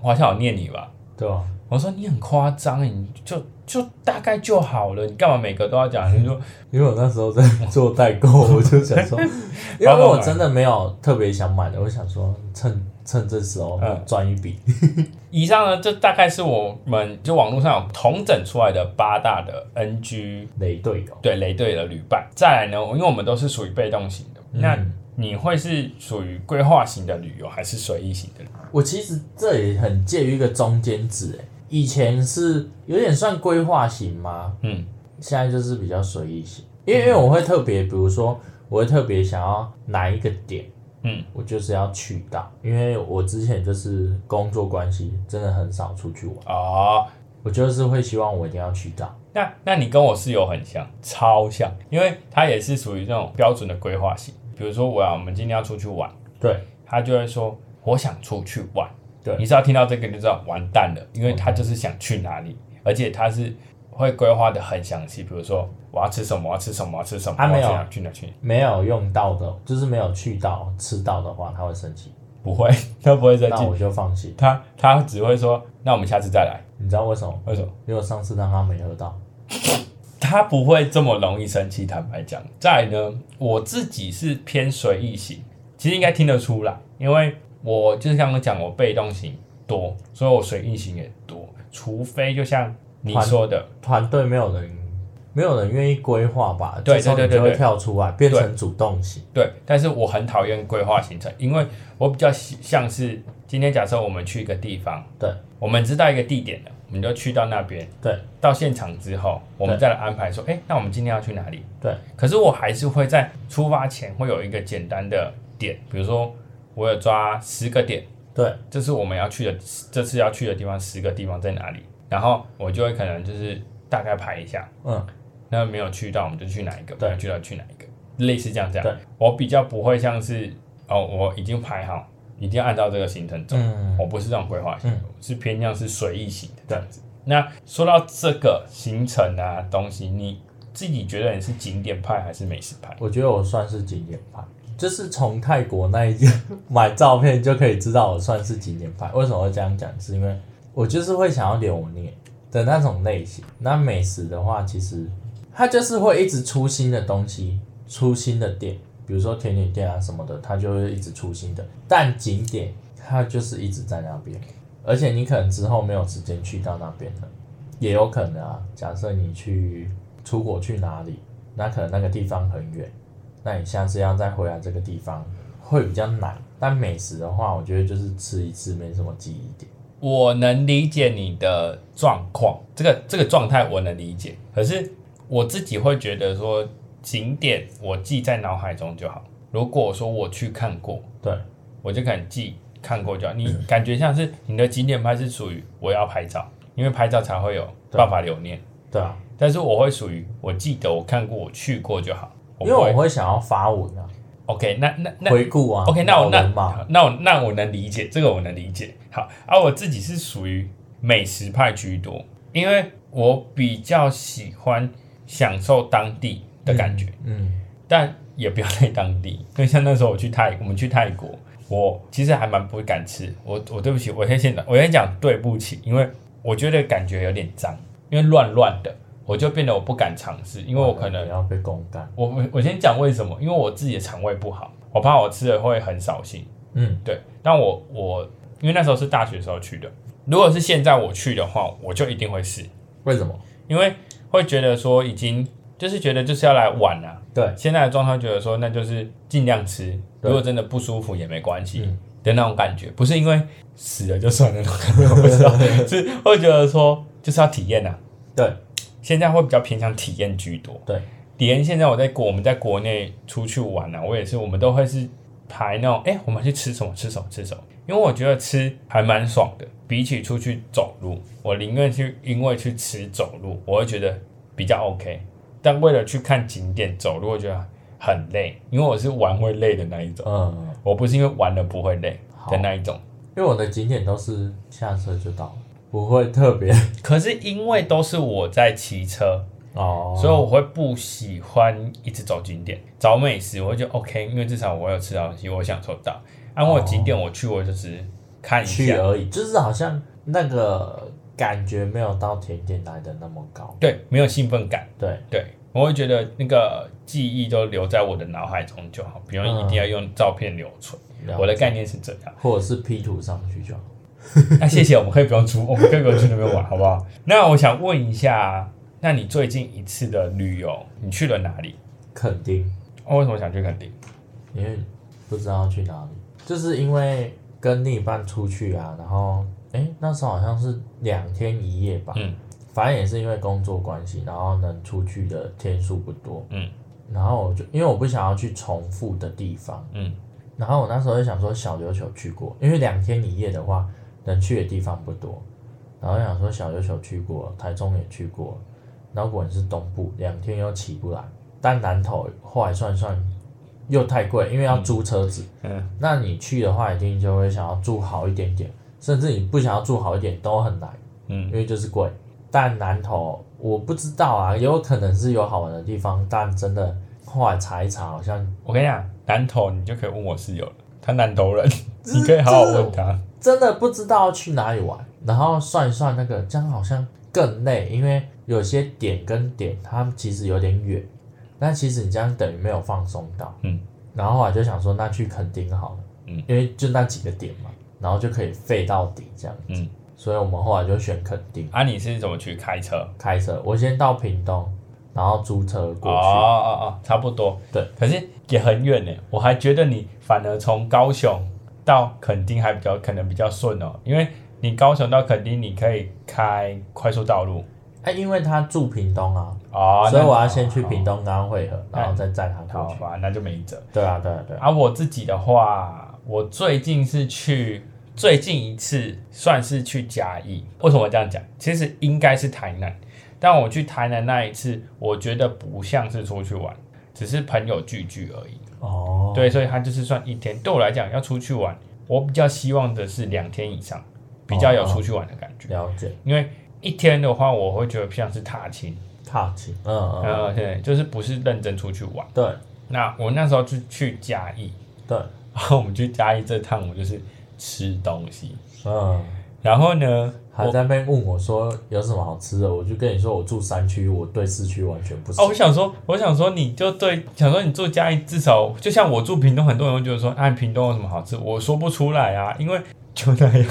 Speaker 1: 我好像有念你吧，
Speaker 2: 对吧？
Speaker 1: 我说你很夸张欸，你就就大概就好了，你干嘛每个都要
Speaker 2: [laughs]
Speaker 1: 讲？你说
Speaker 2: 因为我那时候在做代
Speaker 1: [laughs]
Speaker 2: 购，我就想说，因为我真的没有特别想买的，我想说趁趁这时候
Speaker 1: 嗯
Speaker 2: 赚一笔。
Speaker 1: 以上呢，这大概是我们就网络上有统整出来的八大的 NG
Speaker 2: 雷队友，
Speaker 1: 对雷队的旅伴。再来呢，因为我们都是属于被动型的，那你会是属于规划型的旅游，还是随意型的旅游？
Speaker 2: 我其实这也很介于一个中间值、哎，以前是有点算规划型吗？
Speaker 1: 嗯，
Speaker 2: 现在就是比较随意型，因为因为我会特别，比如说我会特别想要哪一个点，
Speaker 1: 嗯，
Speaker 2: 我就是要去到，因为我之前就是工作关系，真的很少出去玩，
Speaker 1: 哦，
Speaker 2: 我就是会希望我一定要去到，
Speaker 1: 那那你跟我室友很像，超像，因为他也是属于那种标准的规划型。比如说我要我们今天要出去玩，
Speaker 2: 对
Speaker 1: 他就会说我想出去玩。
Speaker 2: 对嗯
Speaker 1: 你只要听到这个你就知道完蛋了，因为他就是想去哪里，而且他是会规划的很详细，比如说我要吃什么，我要吃什么，我要吃什么，
Speaker 2: 啊
Speaker 1: 我
Speaker 2: 没有
Speaker 1: 要去哪去哪去哪，
Speaker 2: 没有用到的，就是没有去到吃到的话，他会生气，
Speaker 1: 不会，他不会生
Speaker 2: 那
Speaker 1: 气，
Speaker 2: 我就放弃。
Speaker 1: 他他只会说那我们下次再来，
Speaker 2: 你知道为什么？
Speaker 1: 为什么？
Speaker 2: 因为我上次让他没喝到，
Speaker 1: 他不会这么容易生气，坦白讲。再来呢，我自己是偏随意型，其实应该听得出来，因为我就是刚刚讲我被动型多，所以我随意型也多，除非就像你说的，
Speaker 2: 团队没有人。没有人愿意规划吧？
Speaker 1: 对
Speaker 2: 这时候
Speaker 1: 对
Speaker 2: 你
Speaker 1: 对
Speaker 2: 就会
Speaker 1: 对
Speaker 2: 跳出来，变
Speaker 1: 对
Speaker 2: 成主动型。
Speaker 1: 对，但是我很讨厌规划行程，因为我比较喜像是今天假设我们去一个地方，
Speaker 2: 对
Speaker 1: 我们知道一个地点了，我们就去到那边，
Speaker 2: 对
Speaker 1: 到现场之后，我们再来安排说，哎，那我们今天要去哪里？
Speaker 2: 对，
Speaker 1: 可是我还是会在出发前会有一个简单的点，比如说我有抓十个点，
Speaker 2: 对，
Speaker 1: 这是我们要去的，这次要去的地方，十个地方在哪里？然后我就会可能就是大概排一下，
Speaker 2: 嗯，
Speaker 1: 那没有去到我们就去哪一个，
Speaker 2: 对
Speaker 1: 没有去到去哪一个，类似这样这样。
Speaker 2: 对
Speaker 1: 我比较不会像是哦，我已经排好，一定要按照这个行程走。
Speaker 2: 嗯
Speaker 1: 我不是这种规划型，
Speaker 2: 嗯
Speaker 1: 我是偏向是随意型的这样子。那说到这个行程啊东西，你自己觉得你是景点派还是美食派？
Speaker 2: 我觉得我算是景点派，就是从泰国那一件 [laughs] 买照片就可以知道我算是景点派。为什么会这样讲？是因为我就是会想要留念的那种类型。那美食的话，其实它就是会一直出新的东西，出新的店，比如说甜点店啊什么的，它就会一直出新的。但景点它就是一直在那边，而且你可能之后没有时间去到那边了，也有可能啊。假设你去出国去哪里，那可能那个地方很远，那你下次要再回来这个地方会比较难。但美食的话，我觉得就是吃一次没什么记忆点。
Speaker 1: 我能理解你的状况，这个这个状态我能理解。可是我自己会觉得说，景点我记在脑海中就好。如果说我去看过，
Speaker 2: 对，
Speaker 1: 我就可能记看过就好。你
Speaker 2: 嗯
Speaker 1: 感觉像是你的景点拍是属于我要拍照，因为拍照才会有
Speaker 2: 对
Speaker 1: 办法留念。
Speaker 2: 对啊，
Speaker 1: 但是我会属于我记得我看过我去过就好。我
Speaker 2: 因为
Speaker 1: 不会
Speaker 2: 我会想要发文啊，
Speaker 1: OK，那那那
Speaker 2: 回顾啊。
Speaker 1: OK，那我
Speaker 2: 老
Speaker 1: 那
Speaker 2: 人嘛，
Speaker 1: 那我那我能理解，这个我能理解。好，而、我自己是属于美食派居多，因为我比较喜欢享受当地的感觉，
Speaker 2: 嗯，
Speaker 1: 但也不要太当地。 [laughs] 因为像那时候我去泰，我们去泰国，我其实还蛮不敢吃。我我对不起，我先先我先讲对不起，因为我觉得感觉有点脏，因为乱乱的，我就变得我不敢尝试，因为我可能
Speaker 2: 要被公干。
Speaker 1: 我我我先讲为什么，因为我自己的肠胃不好，我怕我吃了会很扫兴。
Speaker 2: 嗯，
Speaker 1: 对，但我我因为那时候是大学时候去的，如果是现在我去的话，我就一定会试，
Speaker 2: 为什么？
Speaker 1: 因为会觉得说已经就是觉得就是要来玩啊。
Speaker 2: 对，
Speaker 1: 现在的状态觉得说那就是尽量吃，如
Speaker 2: 对
Speaker 1: 果真的不舒服也没关系
Speaker 2: 嗯
Speaker 1: 的那种感觉，不是因为死了就算了那 [laughs] 种感觉，我不知道，
Speaker 2: [laughs]
Speaker 1: 是会觉得说就是要体验啊。
Speaker 2: 对，
Speaker 1: 现在会比较偏向体验居多。
Speaker 2: 对，
Speaker 1: 连现在我在国我们在国内出去玩啊，我也是，我们都会是排那种，哎、我们去吃什么吃什么吃什么，因为我觉得吃还蛮爽的，比起出去走路，我宁愿去因为去吃走路，我会觉得比较 OK。但为了去看景点走路，我觉得很累，因为我是玩会累的那一种，
Speaker 2: 嗯，
Speaker 1: 我不是因为玩了不会累的那一种。
Speaker 2: 因为我的景点都是下车就到了，不会特别
Speaker 1: 可是因为都是我在骑车，
Speaker 2: [laughs] 哦
Speaker 1: 所以我会不喜欢一直走景点，找美食我会觉得 OK，因为至少我有吃到东西，我享受到。按我景点我去，我就只是看一
Speaker 2: 去
Speaker 1: 下。
Speaker 2: 而已，就是好像那个感觉没有到甜点来的那么高。
Speaker 1: 对，没有兴奋感。
Speaker 2: 对，
Speaker 1: 对，我会觉得那个记忆都留在我的脑海中就好，不用一定要用照片留存。
Speaker 2: 了
Speaker 1: 我的概念是这样。
Speaker 2: 或者是 P 图上去就好。
Speaker 1: 那谢谢，我们可以不用出，我们可以不用去那边玩，好不好？那我想问一下，那你最近一次的旅游，你去了哪里？
Speaker 2: 肯定，
Speaker 1: 哦，为什么想去垦丁？
Speaker 2: 因为不知道去哪里，就是因为跟另一半出去啊，然后哎、诶那时候好像是两天一夜吧，
Speaker 1: 嗯
Speaker 2: 反正也是因为工作关系，然后能出去的天数不多，
Speaker 1: 嗯
Speaker 2: 然后我就因为我不想要去重复的地方，
Speaker 1: 嗯
Speaker 2: 然后我那时候就想说小琉球去过，因为两天一夜的话能去的地方不多，然后想说小琉球去过，台中也去过，然后果然是东部两天又起不来，但南投后来算一算又太贵，因为要租车子，
Speaker 1: 嗯，
Speaker 2: 那你去的话一定就会想要住好一点点，甚至你不想要住好一点都很难，
Speaker 1: 嗯
Speaker 2: 因为就是贵。但南投我不知道啊，也有可能是有好玩的地方，但真的后来查一查好像
Speaker 1: 我跟你讲，南投你就可以问我室友了，他南投人，你可以好好问他。
Speaker 2: 真的不知道去哪里玩，然后算一算那个，这样好像更累，因为有些点跟点它们其实有点远，那其实你这样等于没有放松到，
Speaker 1: 嗯，
Speaker 2: 然后我就想说那去垦丁好了，
Speaker 1: 嗯，
Speaker 2: 因为就那几个点嘛，然后就可以废到底这样子，
Speaker 1: 嗯，
Speaker 2: 所以我们后来就选垦丁，
Speaker 1: 啊，你是怎么去开车？
Speaker 2: 开车，我先到屏东，然后租车过
Speaker 1: 哦
Speaker 2: 去，
Speaker 1: 哦哦，差不多。
Speaker 2: 对，
Speaker 1: 可是也很远呢。我还觉得你反而从高雄到垦丁还比较可能比较顺哦，因为你高雄到垦丁你可以开快速道路
Speaker 2: 哎、因为他住屏东啊，
Speaker 1: 哦，
Speaker 2: 所以
Speaker 1: 那
Speaker 2: 我要先去屏东跟他会合，
Speaker 1: 那
Speaker 2: 然后再载他
Speaker 1: 好
Speaker 2: 过去，
Speaker 1: 吧，那就没辙。
Speaker 2: 对啊，对啊，对啊，
Speaker 1: 啊，我自己的话，我最近是去最近一次算是去嘉义。为什么这样讲？其实应该是台南，但我去台南那一次，我觉得不像是出去玩，只是朋友聚聚而已。
Speaker 2: 哦，
Speaker 1: 对，所以它就是算一天。对我来讲，要出去玩，我比较希望的是两天以上，比较有出去玩的感觉。
Speaker 2: 了解，
Speaker 1: 因为一天的话，我会觉得像是踏青，
Speaker 2: 踏青，嗯嗯，
Speaker 1: 呃，对，就是不是认真出去玩。
Speaker 2: 对
Speaker 1: 那我那时候就去嘉义，
Speaker 2: 对，
Speaker 1: 然 [laughs] 后我们去嘉义这趟，我就是吃东西。
Speaker 2: 嗯。
Speaker 1: 然后呢，
Speaker 2: 还
Speaker 1: 我
Speaker 2: 在那边问我说有什么好吃的，我就跟你说我住山区，我对市区完全不熟。
Speaker 1: 哦，我想说，我想说，你就对，想说你住嘉义，至少就像我住屏东，很多人会觉得说，啊，屏东有什么好吃？我说不出来啊，因为就那样，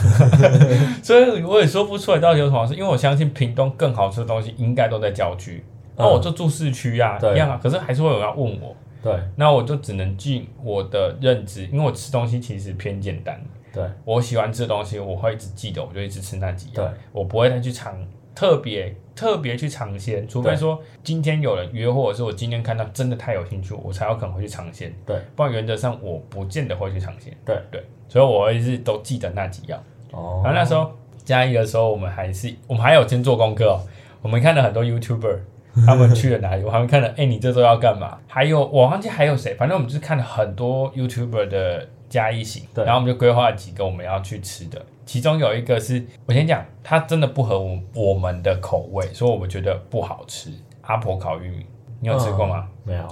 Speaker 2: [laughs]
Speaker 1: 所以我也说不出来到底有什么好吃。因为我相信屏东更好吃的东西应该都在郊区，那、
Speaker 2: 嗯
Speaker 1: 哦我就住市区啊，
Speaker 2: 对
Speaker 1: 一样啊。可是还是会有人要问我，
Speaker 2: 对
Speaker 1: 那我就只能尽我的认知，因为我吃东西其实偏简单，
Speaker 2: 对
Speaker 1: 我喜欢吃的东西，我会一直记得，我就一直吃那几样。
Speaker 2: 对，
Speaker 1: 我不会再去尝特别特别去尝鲜，除非
Speaker 2: 对
Speaker 1: 说今天有人约，或者是我今天看到真的太有兴趣，我才有可能会去尝鲜。
Speaker 2: 对，
Speaker 1: 不然原则上我不见得会去尝鲜。
Speaker 2: 对
Speaker 1: 对，所以我会是都记得那几样。
Speaker 2: 哦，
Speaker 1: 然后那时候嘉义的时候，我们还是我们还有先做功课、哦，我们看了很多 YouTuber。他们去了哪里？我还看了，哎、你这周要干嘛？还有我忘记还有谁，反正我们就是看了很多 YouTuber 的嘉义行，
Speaker 2: 对
Speaker 1: 然后我们就规划了几个我们要去吃的，其中有一个是我先讲，它真的不合我我们的口味，所以我们觉得不好吃。阿婆烤玉米，你有吃过吗？
Speaker 2: 嗯没有，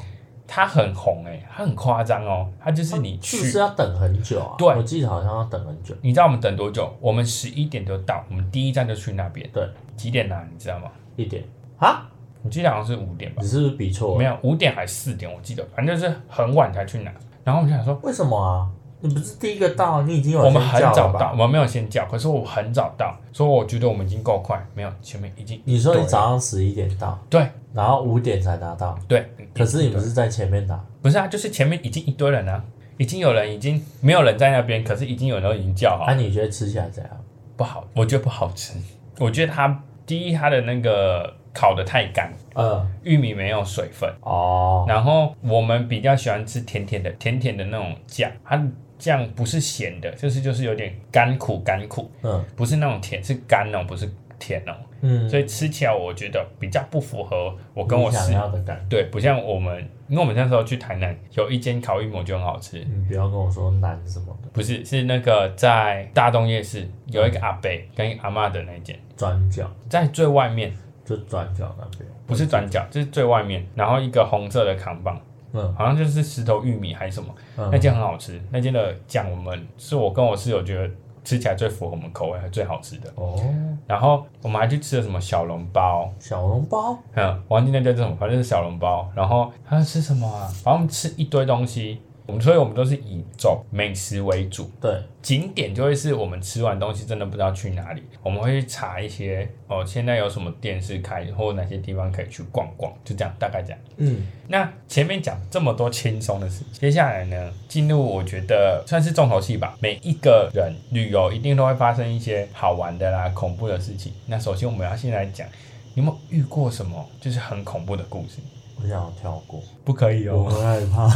Speaker 1: 它很红哎、它很夸张哦，它就是你去
Speaker 2: 是不是要等很久啊？
Speaker 1: 对
Speaker 2: 我记得好像要等很久。
Speaker 1: 你知道我们等多久？我们十一点就到，我们第一站就去那边。
Speaker 2: 对，
Speaker 1: 几点啊？你知道吗？
Speaker 2: 一点啊？
Speaker 1: 我记得好像是五点吧
Speaker 2: 你，是不是比错
Speaker 1: 没
Speaker 2: 了？
Speaker 1: 有五点还是四点，我记得，反正就是很晚才去拿。然后我们就想说，
Speaker 2: 为什么啊？你不是第一个到，你已经有
Speaker 1: 我们
Speaker 2: 先
Speaker 1: 很
Speaker 2: 叫了
Speaker 1: 早
Speaker 2: 吧
Speaker 1: 到，我们没有先叫，可是我很早到，所以我觉得我们已经够快。没有，前面已经
Speaker 2: 你说你
Speaker 1: 对
Speaker 2: 早上十一点到，
Speaker 1: 对
Speaker 2: 然后五点才拿到，
Speaker 1: 对，
Speaker 2: 可是你不
Speaker 1: 对
Speaker 2: 是在前面拿？
Speaker 1: 不是啊，就是前面已经一堆人啊，已经有人已经没有人在那边，可是已经有人都已经叫好，
Speaker 2: 啊，你觉得吃起来怎样？
Speaker 1: 不好，我觉得不好吃。我觉得它第一，它的那个烤的太干，
Speaker 2: 呃，
Speaker 1: 玉米没有水分。
Speaker 2: 哦，
Speaker 1: 然后我们比较喜欢吃甜甜的，甜甜的那种酱，它的酱不是咸的，就是就是有点干苦干苦，
Speaker 2: 嗯
Speaker 1: 不是那种甜，是干哦，不是甜哦，
Speaker 2: 嗯，
Speaker 1: 所以吃起来我觉得比较不符合我跟我
Speaker 2: 你想
Speaker 1: 室
Speaker 2: 要的感觉。
Speaker 1: 对，不像我们，因为我们那时候去台南有一间烤玉米我觉得很好吃，
Speaker 2: 你不要跟我说难什么的，
Speaker 1: 不是是那个在大东夜市有一个阿伯跟一个阿嬷的那间，
Speaker 2: 转角
Speaker 1: 在最外面
Speaker 2: 就转角那边，
Speaker 1: 不是转角，就是最外面，然后一个红色的扛棒，
Speaker 2: 嗯
Speaker 1: 好像就是石头玉米还是什么。
Speaker 2: 嗯，
Speaker 1: 那间很好吃，那间的酱我们是我跟我室友觉得吃起来最符合我们口味，还最好吃的。
Speaker 2: 哦，
Speaker 1: 然后我们还去吃了什么小笼包，
Speaker 2: 小笼包，
Speaker 1: 嗯，忘记那叫什么，反正是小笼包。然后还要吃什么啊？反正我们吃一堆东西，我们所以我们都是以走美食为主。
Speaker 2: 对，
Speaker 1: 景点就会是我们吃完东西真的不知道去哪里，我们会去查一些哦，现在有什么店是开，或哪些地方可以去逛逛，就这样大概这样。
Speaker 2: 嗯，
Speaker 1: 那前面讲这么多轻松的事，接下来呢，进入我觉得算是重头戏吧。每一个人旅游一定都会发生一些好玩的啦、恐怖的事情。那首先我们要先来讲，你有没有遇过什么就是很恐怖的故事？
Speaker 2: 我想要跳过，
Speaker 1: 不可以哦，
Speaker 2: 我会害怕。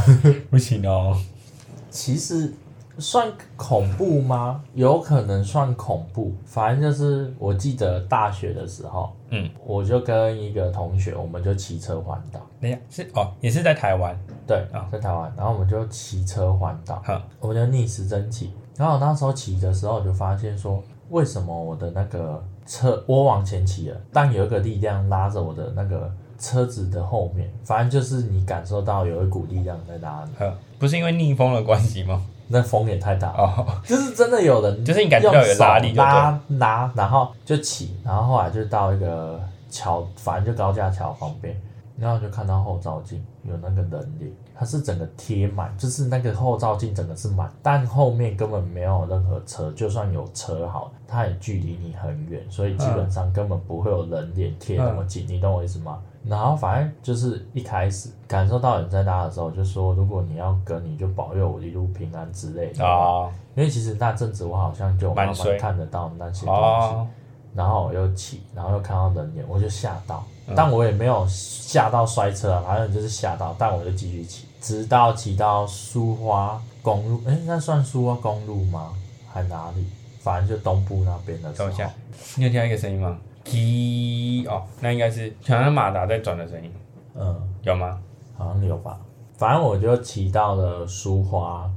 Speaker 1: 不行哦。
Speaker 2: 其实算恐怖吗？有可能算恐怖，反正就是我记得大学的时候，
Speaker 1: 嗯，
Speaker 2: 我就跟一个同学，我们就骑车环岛，
Speaker 1: 等一下是哦，也是在台湾。
Speaker 2: 对
Speaker 1: 啊，
Speaker 2: 在台湾，然后我们就骑车环岛，
Speaker 1: 好，
Speaker 2: 我们就逆时针骑。然后我那时候骑的时候，我就发现说，为什么我的那个车我往前骑了，但有一个力量拉着我的那个车子的后面，反正就是你感受到有一股力量在拉你，
Speaker 1: 好，不是因为逆风的关系吗？
Speaker 2: 那风也太大了。
Speaker 1: 哦，
Speaker 2: 就是真的有人，
Speaker 1: 就是你感觉到有拉力就对
Speaker 2: 拉拉，然后就骑，然后后来就到一个桥，反正就高架桥旁边，然后就看到后照镜有那个人脸，它是整个贴满，就是那个后照镜整个是满，但后面根本没有任何车，就算有车好了，它也距离你很远，所以基本上根本不会有人脸贴那么紧，你懂我意思吗？然后反正就是一开始感受到有人在拉的时候，我就说如果你要跟，你就保佑我一路平安之类的。
Speaker 1: 哦，
Speaker 2: 因为其实那阵子我好像就慢
Speaker 1: 蛮衰
Speaker 2: 慢看得到那些东西，
Speaker 1: 哦，
Speaker 2: 然后我又骑，然后又看到人脸，我就吓到
Speaker 1: 嗯，
Speaker 2: 但我也没有吓到摔车啊，反正就是吓到，但我就继续骑，直到骑到苏花公路，哎、那算苏花公路吗？还哪里？反正就东部那边的时候
Speaker 1: 等一，下，你有听到一个声音吗？滴哦，那应该是好像马达在转的声音，
Speaker 2: 嗯，
Speaker 1: 有吗？
Speaker 2: 好像有吧。反正我就骑到了苏花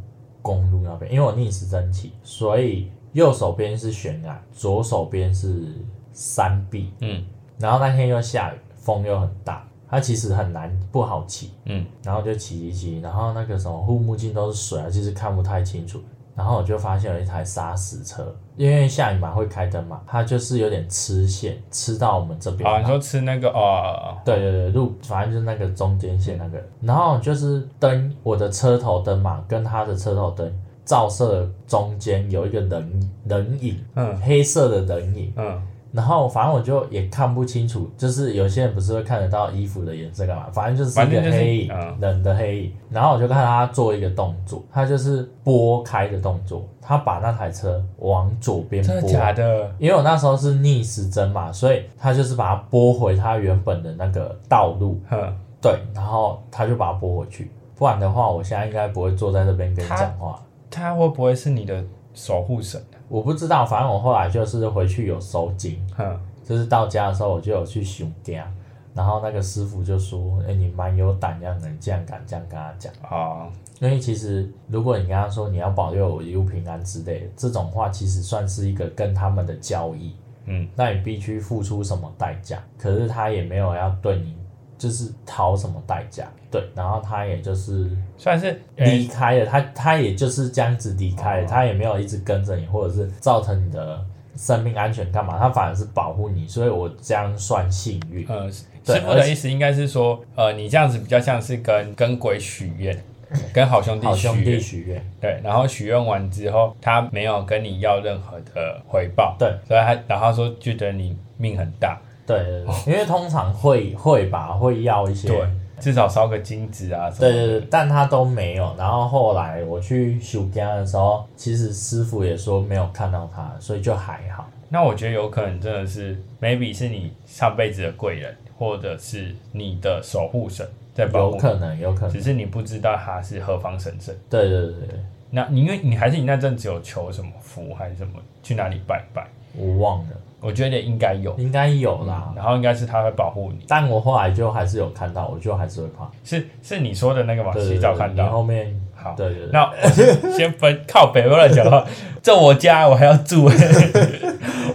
Speaker 2: 公路那边，因为我逆时针骑，所以右手边是悬崖，左手边是山壁。
Speaker 1: 嗯
Speaker 2: 然后那天又下雨，风又很大，它其实很难不好骑。
Speaker 1: 嗯，
Speaker 2: 然后就骑一骑，然后那个什么护目镜都是水啊，其实看不太清楚。然后我就发现有一台砂石车，因为下雨嘛会开灯嘛，它就是有点吃线，吃到我们这边。
Speaker 1: 啊，你说吃那个哦，
Speaker 2: 对对对，路反正就是那个中间
Speaker 1: 嗯
Speaker 2: 线那个，然后就是灯，我的车头灯嘛，跟他的车头灯照射中间有一个人人影，
Speaker 1: 嗯
Speaker 2: 黑色的人影，
Speaker 1: 嗯
Speaker 2: 然后反正我就也看不清楚，就是有些人不是会看得到衣服的颜色干嘛，反正就是一
Speaker 1: 反正
Speaker 2: 个
Speaker 1: 就是
Speaker 2: 黑影，
Speaker 1: 嗯
Speaker 2: 人的黑影。然后我就看他做一个动作，他就是拨开的动作，他把那台车往左边
Speaker 1: 真的
Speaker 2: 拨。
Speaker 1: 假的？
Speaker 2: 因为我那时候是逆时针嘛，所以他就是把它拨回他原本的那个道路，
Speaker 1: 哼，
Speaker 2: 对，然后他就把它拨回去。不然的话，我现在应该不会坐在这边跟你讲话。
Speaker 1: 他会不会是你的守护神？
Speaker 2: 我不知道，反正我后来就是回去有收紧，
Speaker 1: 哼，
Speaker 2: 就是到家的时候我就有去熊家，然后那个师傅就说：“哎、你蛮有胆量的，你竟然敢这样跟他讲。
Speaker 1: 哦，”
Speaker 2: 因为其实如果你跟他说你要保佑我一路平安之类的，这种话其实算是一个跟他们的交易。
Speaker 1: 嗯，
Speaker 2: 那你必须付出什么代价？可是他也没有要对你就是讨什么代价，对，然后他也就是
Speaker 1: 算是
Speaker 2: 离开了，他他也就是这样子离开了，
Speaker 1: 哦
Speaker 2: 他也没有一直跟着你，或者是造成你的生命安全干嘛，他反而是保护你，所以我这样算幸运。
Speaker 1: 呃，师
Speaker 2: 对
Speaker 1: 傅的意思应该是说，呃，你这样子比较像是跟跟鬼许愿，跟好兄
Speaker 2: 好
Speaker 1: 弟许
Speaker 2: 兄弟
Speaker 1: 愿，
Speaker 2: 许愿，
Speaker 1: 对，然后许愿完之后，他没有跟你要任何的回报，
Speaker 2: 对，
Speaker 1: 所以他然后他说觉得你命很大，
Speaker 2: 对对对，因为通常会会吧，会要一些，
Speaker 1: 哦对，至少烧个金子啊什么
Speaker 2: 对
Speaker 1: 的，
Speaker 2: 对对，但他都没有。然后后来我去修家的时候，其实师傅也说没有看到他，所以就还好。
Speaker 1: 那我觉得有可能真的是，maybe 是你上辈子的贵人，或者是你的守护神在保
Speaker 2: 有
Speaker 1: 护
Speaker 2: 可能，有可
Speaker 1: 你，
Speaker 2: 能，
Speaker 1: 只是你不知道他是何方神圣。
Speaker 2: 对对对对，
Speaker 1: 那你因为你还是你那阵子有求什么福还是什么，去哪里拜拜？
Speaker 2: 我忘了，
Speaker 1: 我觉得应该有，
Speaker 2: 应该有啦。
Speaker 1: 然后应该是他会保护你，
Speaker 2: 但我后来就还是有看到，我就还是会怕。
Speaker 1: 是是你说的那个嘛？
Speaker 2: 对
Speaker 1: 洗
Speaker 2: 对对
Speaker 1: 澡看
Speaker 2: 你
Speaker 1: 到。
Speaker 2: 后面，
Speaker 1: 好，
Speaker 2: 对对对，
Speaker 1: 那我先 [laughs] 先分靠北，我乱讲话，这我家我还要住。 [laughs]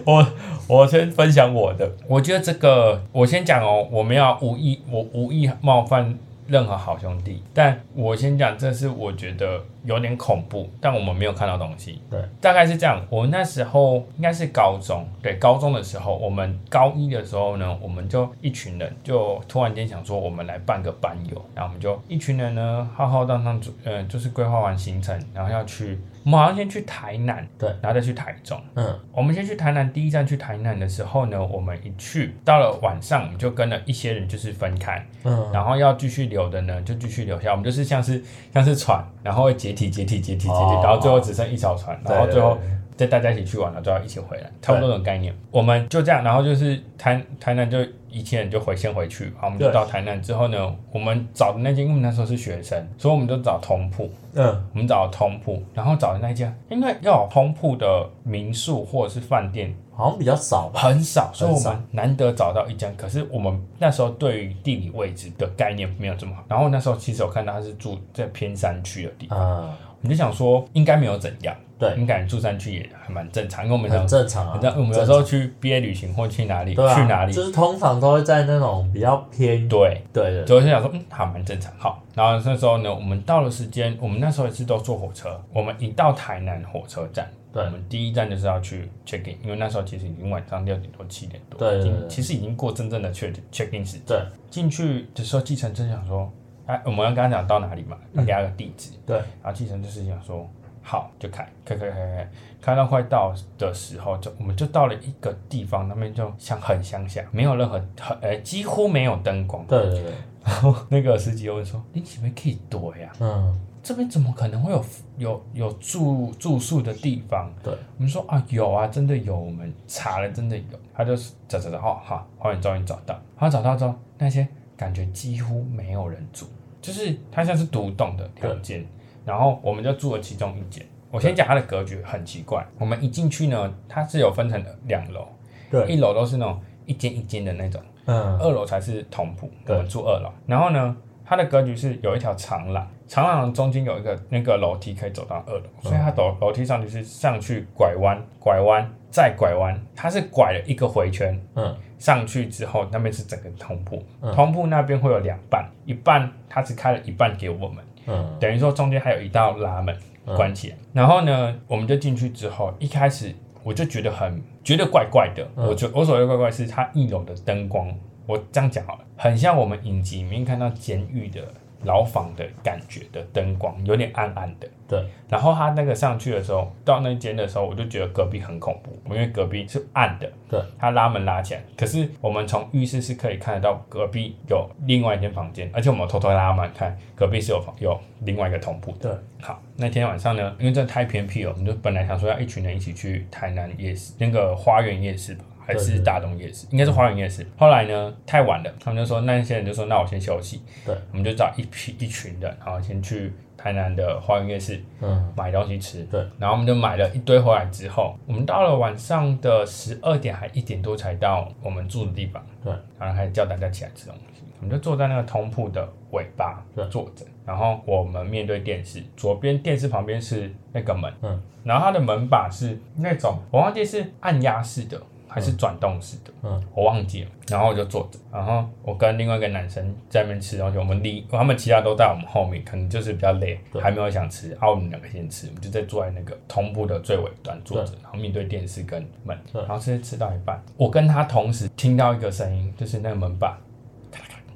Speaker 1: 我我先分享我的，我觉得这个我先讲哦，我们要无意我无意冒犯任何好兄弟，但我先讲，这是我觉得有点恐怖，但我们没有看到东西。
Speaker 2: 对，
Speaker 1: 大概是这样。我那时候应该是高中，对，高中的时候，我们高一的时候呢，我们就一群人就突然间想说，我们来办个班游，然后我们就一群人呢浩浩荡荡，呃，就是规划完行程，然后要去，我们好像先去台南，
Speaker 2: 对，
Speaker 1: 然后再去台中。
Speaker 2: 嗯，
Speaker 1: 我们先去台南，第一站去台南的时候呢，我们一去到了晚上，我们就跟了一些人就是分开，
Speaker 2: 嗯，
Speaker 1: 然后要继续留的呢就继续留下，我们就是像是像是船，然后会解体解体解体解体，
Speaker 2: 哦
Speaker 1: 然后最后只剩一艘船，然后
Speaker 2: 对
Speaker 1: 最后
Speaker 2: 对
Speaker 1: 再
Speaker 2: 对
Speaker 1: 大家一起去玩，然后最后一起回来，差不多这种概念。我们就这样，然后就是台台南就一些人就回先回去，好，我们就
Speaker 2: 对
Speaker 1: 到台南之后呢，我们找的那间，因为我们那时候是学生，所以我们就找同铺，
Speaker 2: 嗯，
Speaker 1: 我们找通铺，然后找的那一家，因为要有通铺的民宿或者是饭店
Speaker 2: 好像比较少吧。
Speaker 1: 很少，所以我
Speaker 2: 很
Speaker 1: 们
Speaker 2: 少
Speaker 1: 难得找到一间。可是我们那时候对于地理位置的概念没有这么好，然后那时候其实我看到他是住在偏山区的地方，
Speaker 2: 嗯，
Speaker 1: 我们就想说应该没有怎样，
Speaker 2: 对，
Speaker 1: 你感觉住山区也还蛮正常，因为我们
Speaker 2: 很
Speaker 1: 常
Speaker 2: 正常啊。
Speaker 1: 你知道我们有时候去毕业旅行或去哪里
Speaker 2: 对啊，
Speaker 1: 去哪里，
Speaker 2: 就是通常都会在那种比较偏，对
Speaker 1: 对，
Speaker 2: 对对，
Speaker 1: 所以就想说，嗯，好，蛮正常，好。然后那时候呢，嗯我们到了时间，我们那时候也是都坐火车。我们一到台南火车站，
Speaker 2: 对
Speaker 1: 我们第一站就是要去 check in，因为那时候其实已经晚上六点多七点多，
Speaker 2: 对对
Speaker 1: 已
Speaker 2: 对
Speaker 1: 经其实已经过真正的 check check in 时间。
Speaker 2: 对
Speaker 1: 进去的时候，计程车想说，哎、我们要跟他讲到哪里嘛，要给他个地址，
Speaker 2: 对，
Speaker 1: 然后计程车司机想说。好，就开开开开开，开到快到的时候，就我们就到了一个地方，那边就像很乡下，没有任何很呃几乎没有灯光，
Speaker 2: 对对对，
Speaker 1: 然后那个司机又问说：“你是不是可以躲呀？
Speaker 2: 嗯，
Speaker 1: 这边怎么可能会有有有住住宿的地方？”
Speaker 2: 对，
Speaker 1: 我们说啊有啊，真的有，我们查了真的有。他就是找找找，哦好，后面终于找到，他找到之后，那些感觉几乎没有人住，就是它像是独栋的两间，然后我们就住了其中一间。我先讲它的格局很奇怪，我们一进去呢，它是有分成两楼，
Speaker 2: 对，
Speaker 1: 一楼都是那种一间一间的那种。
Speaker 2: 嗯，
Speaker 1: 二楼才是同铺，我
Speaker 2: 对
Speaker 1: 们住二楼。然后呢，它的格局是有一条长廊，长廊中间有一个那个楼梯可以走到二楼，
Speaker 2: 嗯
Speaker 1: 所以它楼楼梯上去是上去拐弯，拐弯再拐弯，它是拐了一个回圈，
Speaker 2: 嗯
Speaker 1: 上去之后那边是整个通铺，
Speaker 2: 嗯
Speaker 1: 通铺那边会有两半，一半它只开了一半给我们，
Speaker 2: 嗯
Speaker 1: 等于说中间还有一道拉门
Speaker 2: 嗯
Speaker 1: 关起来。然后呢，我们就进去之后，一开始我就觉得很觉得怪怪的。
Speaker 2: 嗯
Speaker 1: 我觉我所谓的怪怪是它一楼的灯光，我这样讲好了，很像我们影集里面看到监狱的牢房的感觉的灯光，有点暗暗的。
Speaker 2: 对，
Speaker 1: 然后他那个上去的时候，到那间的时候，我就觉得隔壁很恐怖，因为隔壁是暗的，
Speaker 2: 对，
Speaker 1: 他拉门拉起来，可是我们从浴室是可以看得到隔壁有另外一间房间，而且我们偷偷拉门看，隔壁是有房有另外一个同步的。
Speaker 2: 对，
Speaker 1: 好，那天晚上呢，因为真的太偏僻了，我们就本来想说要一群人一起去台南夜市那个花园夜市吧。还
Speaker 2: 对
Speaker 1: 是
Speaker 2: 对
Speaker 1: 大东夜市，应该是花园夜市。后来呢，太晚了，他们就说那些人就说那我先休息，
Speaker 2: 对，
Speaker 1: 我们就找一批一群人，然后先去台南的花园夜市
Speaker 2: 嗯
Speaker 1: 买东西吃。
Speaker 2: 对，
Speaker 1: 然后我们就买了一堆回来之后，我们到了晚上的十二点还一点多才到我们住的地方。
Speaker 2: 对，
Speaker 1: 然后开始叫大家起来吃东西，我们就坐在那个通铺的尾巴
Speaker 2: 对
Speaker 1: 坐着，然后我们面对电视，左边电视旁边是那个门，
Speaker 2: 嗯，
Speaker 1: 然后它的门把是那种我忘记是按压式的还是转动式的，
Speaker 2: 嗯
Speaker 1: 我忘记了，然后我就坐着，然后我跟另外一个男生在那边吃东西，我们离他们其他都在我们后面，可能就是比较累，
Speaker 2: 对
Speaker 1: 还没有想吃，啊，我们两个先吃，我们就在坐在那个同步的最尾端坐着，然后面对电视跟门，
Speaker 2: 对
Speaker 1: 然后吃吃到一半，我跟他同时听到一个声音，就是那个门把，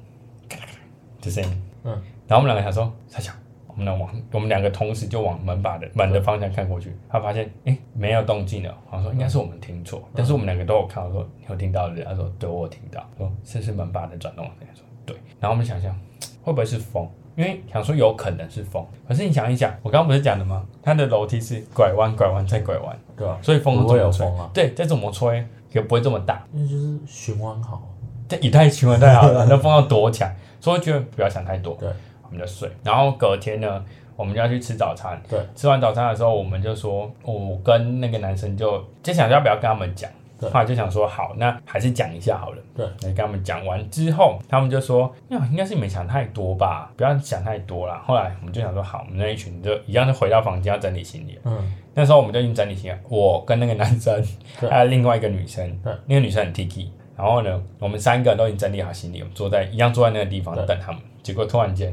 Speaker 1: 咔啦咔啦咔啦咔啦的声音，
Speaker 2: 嗯，
Speaker 1: 然后我们两个想说，傻小，我们俩往我们两个同时就往门把的门的方向看过去，他发现哎、诶没有动静了，好像说应该是我们听错，但是我们两个都有看，我说你有听到的，他说对我有听到，说是不是门把的转动，他说对，然后我们想想会不会是风，因为想说有可能是风，可是你想一想，我刚刚不是讲的吗？它的楼梯是拐弯拐弯再拐弯，
Speaker 2: 对啊吧？
Speaker 1: 所以风
Speaker 2: 不
Speaker 1: 怎
Speaker 2: 会
Speaker 1: 么
Speaker 2: 有
Speaker 1: 吹
Speaker 2: 风啊
Speaker 1: 对，再怎么吹也不会这么大，
Speaker 2: 因为就是循环好，
Speaker 1: 这以太循环太好啊了，那风要多强，所以我觉得不要想太多，
Speaker 2: 对，
Speaker 1: 我们就睡。然后隔天呢，我们就要去吃早餐。
Speaker 2: 对，
Speaker 1: 吃完早餐的时候，我们就说，我跟那个男生就就想要不要跟他们讲，
Speaker 2: 对
Speaker 1: 后来就想说，好，那还是讲一下好了。
Speaker 2: 对，
Speaker 1: 来跟他们讲完之后，他们就说，那应该是你们想太多吧，不要想太多啦。后来我们就想说，好，我们那一群就一样就回到房间要整理行李了。
Speaker 2: 嗯
Speaker 1: 那时候我们就已经整理行李，我跟那个男生，
Speaker 2: 对
Speaker 1: 还有另外一个女生
Speaker 2: 对，
Speaker 1: 那个女生很 T K。然后呢，我们三个都已经整理好行李，我们坐在一样坐在那个地方
Speaker 2: 对
Speaker 1: 等他们。结果突然间，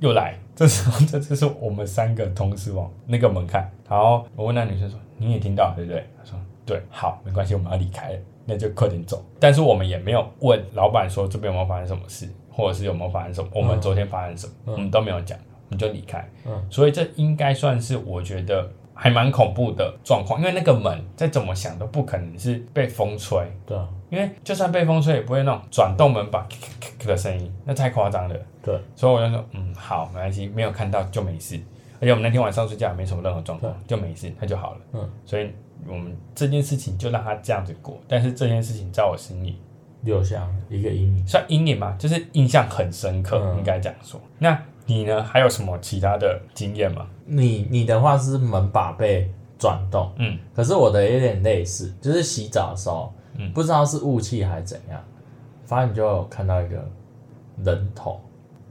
Speaker 1: 又来，这时候这就是我们三个同时往那个门看。然后我问那女生说：“你也听到了对不对？”她说：“对，好，没关系，我们要离开了，那就快点走。”但是我们也没有问老板说这边有没有发生什么事，或者是有没有发生什么，我们
Speaker 2: 嗯
Speaker 1: 昨天发生什么，
Speaker 2: 嗯
Speaker 1: 我们都没有讲，我们就离开。
Speaker 2: 嗯
Speaker 1: 所以这应该算是我觉得还蛮恐怖的状况，因为那个门再怎么想都不可能是被风吹，
Speaker 2: 对啊
Speaker 1: 因为就算被风吹也不会那种转动门把咔咔咔咔的声音，那太夸张了。
Speaker 2: 对，
Speaker 1: 所以我就说，嗯，好，没关系，没有看到就没事。而且我们那天晚上睡觉也没什么任何状况，就没事，那就好了。
Speaker 2: 嗯，
Speaker 1: 所以我们这件事情就让它这样子过，但是这件事情在我心里
Speaker 2: 留下一个阴影。
Speaker 1: 算阴影嘛，就是印象很深刻，
Speaker 2: 嗯
Speaker 1: 应该这样说。那你呢？还有什么其他的经验吗？
Speaker 2: 你你的话是门把被转动，
Speaker 1: 嗯，
Speaker 2: 可是我的有点类似，就是洗澡的时候，
Speaker 1: 嗯
Speaker 2: 不知道是雾气还是怎样，反正你就有看到一个人头，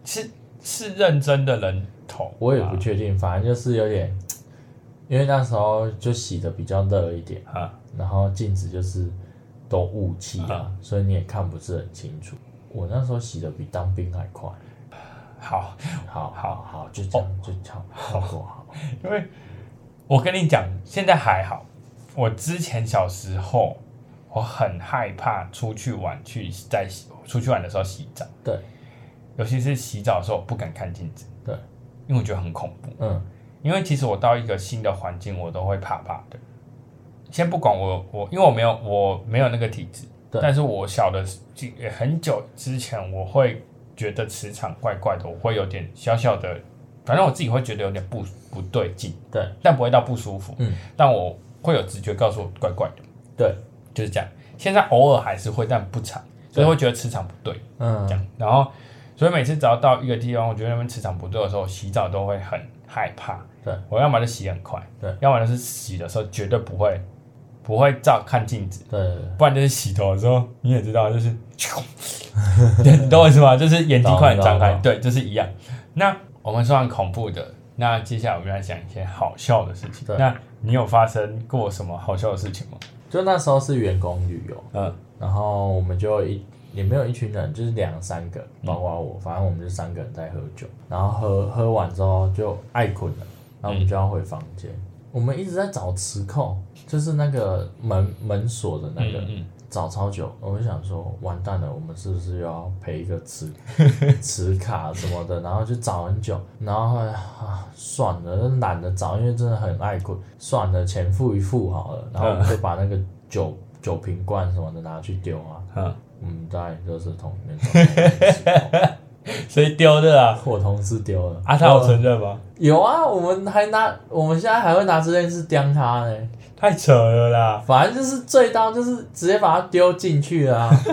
Speaker 1: 是是认真的人头，
Speaker 2: 我也不确定，反正就是有点，因为那时候就洗的比较热一点，
Speaker 1: 啊，
Speaker 2: 然后镜子就是都雾气啊，
Speaker 1: 啊
Speaker 2: 所以你也看不是很清楚。我那时候洗的比当兵还快，
Speaker 1: 好，
Speaker 2: 好
Speaker 1: 好
Speaker 2: 好好，就这样、就这样，效果好，
Speaker 1: 因为我跟你讲，现在还好，我之前小时候我很害怕出去玩去在洗出去玩的时候洗澡，
Speaker 2: 对
Speaker 1: 尤其是洗澡的时候不敢看镜子，
Speaker 2: 对，
Speaker 1: 因为我觉得很恐怖。
Speaker 2: 嗯
Speaker 1: 因为其实我到一个新的环境，我都会怕怕的。先不管我我，因为我没有我没有那个体质，
Speaker 2: 对
Speaker 1: 但是我小的时很久之前，我会觉得磁场怪怪的，我会有点小小的，反正我自己会觉得有点不不对劲，
Speaker 2: 对
Speaker 1: 但不会到不舒服，
Speaker 2: 嗯
Speaker 1: 但我会有直觉告诉我怪怪的，
Speaker 2: 对
Speaker 1: 就是这样。现在偶尔还是会，但不常，所以
Speaker 2: 对
Speaker 1: 会觉得磁场不对。
Speaker 2: 嗯
Speaker 1: 这样。然后，所以每次只要到一个地方，我觉得那边磁场不对的时候，洗澡都会很害怕。
Speaker 2: 对，
Speaker 1: 我要么就洗很快，
Speaker 2: 对
Speaker 1: 要么就是洗的时候绝对不会不会照看镜子，
Speaker 2: 对对对
Speaker 1: 不然就是洗头的时候你 [laughs] 也知道，就是，你懂我意思吗？就是眼睛快点张开，
Speaker 2: 懂懂
Speaker 1: 对，就是一样。那我们说完恐怖的，那接下来我们来讲一些好笑的事情
Speaker 2: 对。
Speaker 1: 那你有发生过什么好笑的事情吗？
Speaker 2: 就那时候是员工旅游，
Speaker 1: 嗯，
Speaker 2: 然后我们就一也没有一群人，就是两三个，包括我，反正我们就三个人在喝酒，然后喝喝完之后就爱困了，然后我们就要回房间。我们一直在找磁扣，就是那个门门锁的那个，
Speaker 1: 嗯嗯
Speaker 2: 找超久。我就想说，完蛋了，我们是不是又要配一个
Speaker 1: [laughs]
Speaker 2: 磁磁卡什么的？然后就找很久，然后后来啊，算了，懒得找，因为真的很爱困，算了，钱付一付好了。然后我们就把那个酒 [laughs] 酒瓶罐什么的拿去丢啊，
Speaker 1: 嗯，
Speaker 2: 我们在垃圾桶里面找到了
Speaker 1: 谁丢的啊？
Speaker 2: 我同事丢了
Speaker 1: 啊，他有承认吗？
Speaker 2: 有啊，我们还拿，我们现在还会拿这件事刁他呢。
Speaker 1: 太扯了啦！
Speaker 2: 反正就是最到就是直接把它丢进去了、啊，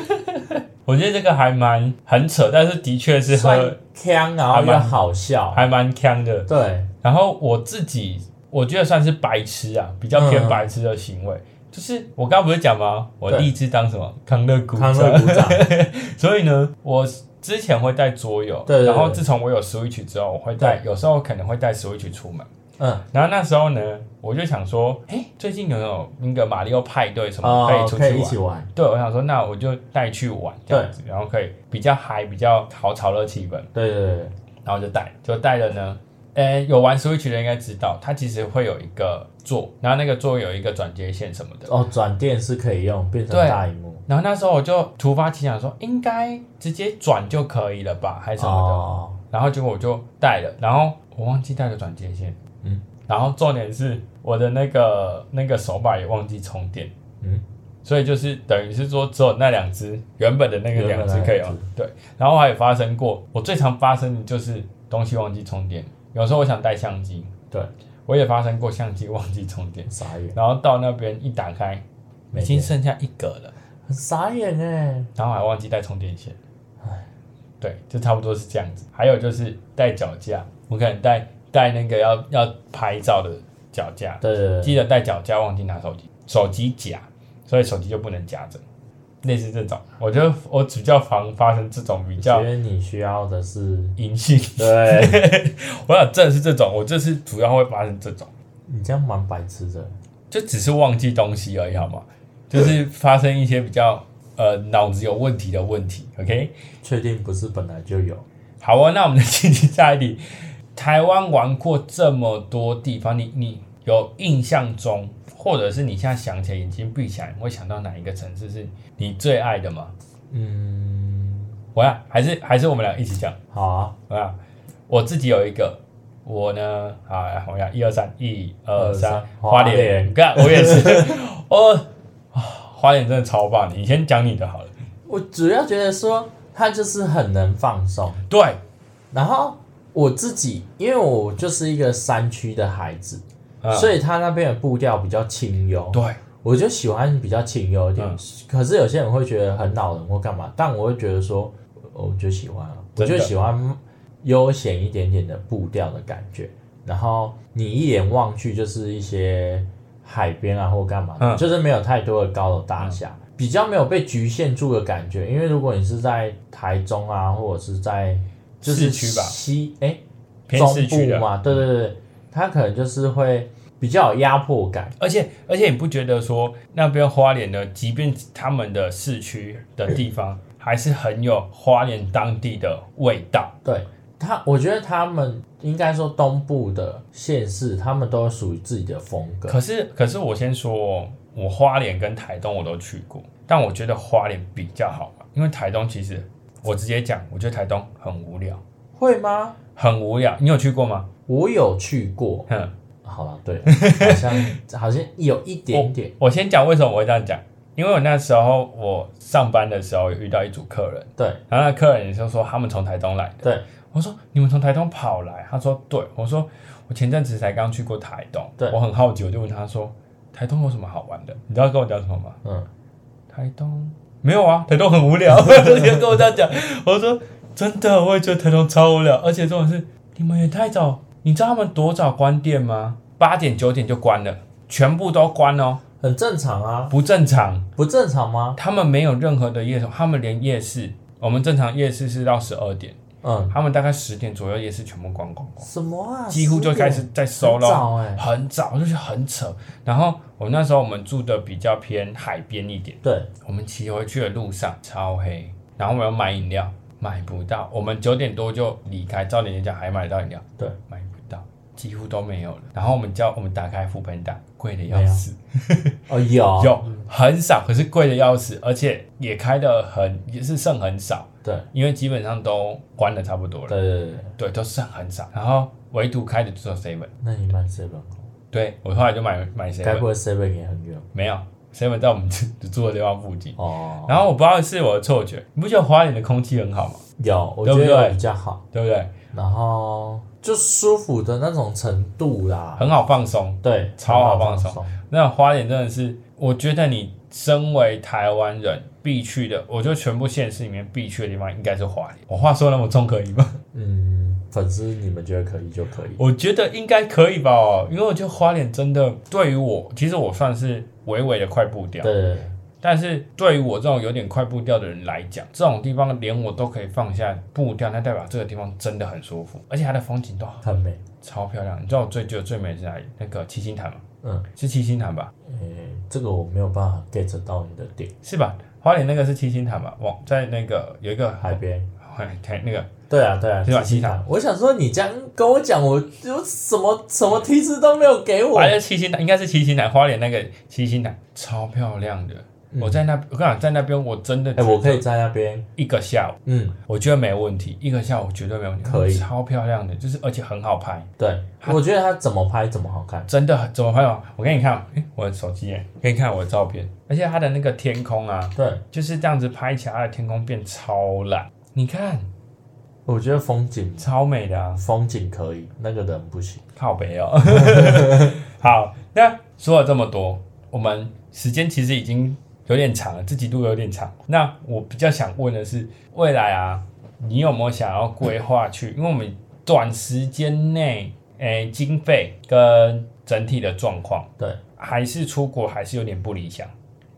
Speaker 1: 我觉得这个还蛮很扯，但是的确是
Speaker 2: 算
Speaker 1: 喝
Speaker 2: 呛，然后
Speaker 1: 还
Speaker 2: 又
Speaker 1: 蛮
Speaker 2: 好笑。
Speaker 1: 还蛮呛的。
Speaker 2: 对，
Speaker 1: 然后我自己我觉得算是白痴啊，比较偏
Speaker 2: 嗯
Speaker 1: 白痴的行为。就是我刚刚不是讲吗？我
Speaker 2: 对
Speaker 1: 立志当什么康乐股
Speaker 2: 康
Speaker 1: 长，
Speaker 2: 乐鼓掌， [laughs]
Speaker 1: 所以呢，我之前会带桌游，
Speaker 2: 对对对
Speaker 1: 然后自从我有 Switch 之后，我会带，有时候可能会带 Switch 出门。
Speaker 2: 嗯，
Speaker 1: 然后那时候呢，我就想说，哎，最近有没有那个马里奥派对什么可以
Speaker 2: 哦，
Speaker 1: 出去
Speaker 2: 可以一
Speaker 1: 玩？
Speaker 2: 起玩，
Speaker 1: 对，我想说，那我就带去玩这样子，然后可以比较嗨，比较好炒热气氛，
Speaker 2: 对对对，
Speaker 1: 然后就带，就带了呢。呃，有玩 Switch 的应该知道，它其实会有一个座，然后那个座有一个转接线什么的。
Speaker 2: 哦，转电是可以用，变成
Speaker 1: 对
Speaker 2: 大荧幕，
Speaker 1: 然后那时候我就突发奇想说，应该直接转就可以了吧，还是什么的。
Speaker 2: 哦，
Speaker 1: 然后结果我就带了，然后我忘记带了转接线，
Speaker 2: 嗯，
Speaker 1: 然后重点是我的那个那个手把也忘记充电，
Speaker 2: 嗯，
Speaker 1: 所以就是等于是说只有那两只原本的那个两只可以
Speaker 2: 原本那两
Speaker 1: 用
Speaker 2: 只，
Speaker 1: 对。然后还有发生过，我最常发生的就是东西忘记充电，有时候我想带相机，
Speaker 2: 对，
Speaker 1: 我也发生过相机忘记充电，
Speaker 2: 傻眼，
Speaker 1: 然后到那边一打开，
Speaker 2: 没
Speaker 1: 已经
Speaker 2: 电
Speaker 1: 剩下一格了，
Speaker 2: 很傻眼哎，
Speaker 1: 然后还忘记带充电线，对，就差不多是这样子。还有就是带脚架，我可能带带那个要要拍照的脚架，
Speaker 2: 对对
Speaker 1: 记
Speaker 2: 对，
Speaker 1: 得带脚架，忘记拿手机，手机夹，所以手机就不能夹着，类似这种，我觉得我比较防发生这种比
Speaker 2: 觉
Speaker 1: 较
Speaker 2: 得你需要的 [laughs] 是，
Speaker 1: 隐性。 [laughs]
Speaker 2: 对
Speaker 1: 我想正是这种，我这次主要会发生这种，
Speaker 2: 你这样蛮白痴的，
Speaker 1: 就只是忘记东西而已，好吗？就是发生一些比较呃脑子有问题的问题，OK？
Speaker 2: 确定不是本来就有，
Speaker 1: 好哦，那我们再进行下一题。 [laughs] 台湾玩过这么多地方，你你有印象中，或者是你现在想起来眼睛闭起来，你会想到哪一个城市是你最爱的吗？
Speaker 2: 嗯，
Speaker 1: 我呀，还是还是我们俩一起讲
Speaker 2: 好啊，
Speaker 1: 啊。我自己有一个，我呢，啊，我要一二三，一二三，
Speaker 2: 花
Speaker 1: 花
Speaker 2: 莲
Speaker 1: 莲，你看我也是， [laughs] 哦，啊花莲真的超棒的。你先讲你的好了。
Speaker 2: 我主要觉得说他就是很能放松。
Speaker 1: 对，
Speaker 2: 然后我自己，因为我就是一个山区的孩子，
Speaker 1: 嗯
Speaker 2: 所以他那边的步调比较清幽，
Speaker 1: 对，
Speaker 2: 我就喜欢比较清幽一点。
Speaker 1: 嗯
Speaker 2: 可是有些人会觉得很恼人或干嘛，但我会觉得说，我我就喜欢啊，我
Speaker 1: 真的
Speaker 2: 就喜欢悠闲一点点的步调的感觉。然后你一眼望去就是一些海边啊或干嘛的，
Speaker 1: 嗯
Speaker 2: 就是没有太多的高楼大厦。比较没有被局限住的感觉，因为如果你是在台中啊，或者是在就
Speaker 1: 市
Speaker 2: 是
Speaker 1: 区吧
Speaker 2: 西哎、
Speaker 1: 偏
Speaker 2: 中
Speaker 1: 市区
Speaker 2: 部
Speaker 1: 的嗯
Speaker 2: 嘛，对对对，它可能就是会比较有压迫感，
Speaker 1: 而且而且你不觉得说那边花莲的，即便他们的市区的地方，还是很有花莲当地的味道。
Speaker 2: 对它，我觉得他们应该说东部的县市，他们都有属于自己的风格，
Speaker 1: 可是可是我先说哦，我花莲跟台东我都去过，但我觉得花莲比较好玩，因为台东其实我直接讲，我觉得台东很无聊，
Speaker 2: 会吗？
Speaker 1: 很无聊。你有去过吗？嗯
Speaker 2: 我有去过，
Speaker 1: 哼，
Speaker 2: 好了，
Speaker 1: [laughs]
Speaker 2: 对，好像好像有一点点，
Speaker 1: 我先讲为什么我会这样讲，因为我那时候我上班的时候有遇到一组客人，
Speaker 2: 对
Speaker 1: 然后那客人也就说他们从台东来的。
Speaker 2: 对
Speaker 1: 我说你们从台东跑来？他说对。我说我前阵子才刚去过台东，
Speaker 2: 对
Speaker 1: 我很好奇，我就问他说台东有什么好玩的？你知道他跟我讲什么吗？
Speaker 2: 嗯，
Speaker 1: 台东没有啊，台东很无聊。
Speaker 2: [laughs]
Speaker 1: 他就直接跟我这样讲，我说真的，我也觉得台东超无聊，而且重点是你们也太早，你知道他们多早关店吗？八点九点就关了，全部都关哦，
Speaker 2: 很正常啊，
Speaker 1: 不正常。
Speaker 2: 不正常吗？
Speaker 1: 他们没有任何的夜场，他们连夜市，我们正常夜市是到十二点，
Speaker 2: 嗯，
Speaker 1: 他们大概十点左右也是全部关光光，
Speaker 2: 什么啊？
Speaker 1: 嗯几乎就开始在收
Speaker 2: 了。
Speaker 1: 了。
Speaker 2: 早哎，
Speaker 1: 很早就是很扯，然后我那时候我们住的比较偏海边一点，
Speaker 2: 对，
Speaker 1: 我们骑回去的路上超黑，然后我们要买饮料，买不到，我们九点多就离开，照理来讲还买得到饮料，
Speaker 2: 对，
Speaker 1: 买不到，几乎都没有了。然后我们叫我们打开副本打，贵的要死，
Speaker 2: 哦有
Speaker 1: 有很少，可是贵的要死，而且也开的很也是剩很少，
Speaker 2: 对
Speaker 1: 因为基本上都关的差不多
Speaker 2: 对
Speaker 1: 了，
Speaker 2: 对对，对
Speaker 1: 对，都剩很少，然后唯独开的只有 seven，
Speaker 2: 那你买 seven，
Speaker 1: 对我后来就买买
Speaker 2: 该
Speaker 1: seven，
Speaker 2: 不会 seven 也很远
Speaker 1: 没有 seven 在我们住 [laughs] 住的地方附近。
Speaker 2: 哦？
Speaker 1: 然后我不知道是我的错觉，你不觉得花莲的空气很好吗？
Speaker 2: 有，我
Speaker 1: 对
Speaker 2: 觉
Speaker 1: 不
Speaker 2: 得
Speaker 1: 对
Speaker 2: 有比较好，
Speaker 1: 对不对？
Speaker 2: 然后就舒服的那种程度啦。
Speaker 1: 很好放松。
Speaker 2: 对，
Speaker 1: 超好放
Speaker 2: 松。
Speaker 1: 那花莲真的是，我觉得你身为台湾人必去的，我觉得全部县市里面必去的地方应该是花莲。我话说那么重可以吗？ [laughs]
Speaker 2: 嗯，粉丝你们觉得可以就可以。
Speaker 1: 我觉得应该可以吧，因为我觉得花莲真的对于我，其实我算是微微的快步调，
Speaker 2: 对，
Speaker 1: 但是对于我这种有点快步调的人来讲，这种地方连我都可以放下步调，那代表这个地方真的很舒服，而且它的风景都
Speaker 2: 很美。
Speaker 1: 超漂亮。你知道我最觉得最美是哪里？那个七星潭吗？
Speaker 2: 嗯，
Speaker 1: 是七星潭吧？
Speaker 2: 诶，这个我没有办法 get 到你的点。
Speaker 1: 是吧？花莲那个是七星潭吧？往在那个有一个
Speaker 2: 海边。
Speaker 1: 海台那个
Speaker 2: 对啊，对啊，
Speaker 1: 对吧
Speaker 2: 七
Speaker 1: 西塔
Speaker 2: 塔。我想说，你这样跟我讲，我就什么什么提示都没有给我。
Speaker 1: 还是七星潭，应该是七星潭，花莲那个七星潭超漂亮的。
Speaker 2: 嗯
Speaker 1: 我在那，我跟你讲，在那边我真的
Speaker 2: 哎，我可
Speaker 1: 以
Speaker 2: 以在那边，
Speaker 1: 一个下午，
Speaker 2: 嗯，
Speaker 1: 我觉得没问题，一个下午绝对没问题，
Speaker 2: 可以
Speaker 1: 超漂亮的，就是而且很好拍，
Speaker 2: 对，
Speaker 1: 啊
Speaker 2: 我觉得它怎么拍怎么好看。
Speaker 1: 真的很怎么拍哦？我给你看，哎，我的手机耶，给你看我的照片，而且它的那个天空啊，
Speaker 2: 对，
Speaker 1: 就是这样子拍起来，它的天空变超蓝，你看
Speaker 2: 我觉得风景
Speaker 1: 超美的啊。
Speaker 2: 风景可以，那个人不行。
Speaker 1: 靠北哦。 [laughs] 好，那说了这么多，我们时间其实已经有点长了，这几度有点长。那我比较想问的是，未来啊，你有没有想要规划去？因为我们短时间内，诶、经费跟整体的状况，
Speaker 2: 对，
Speaker 1: 还是出国还是有点不理想，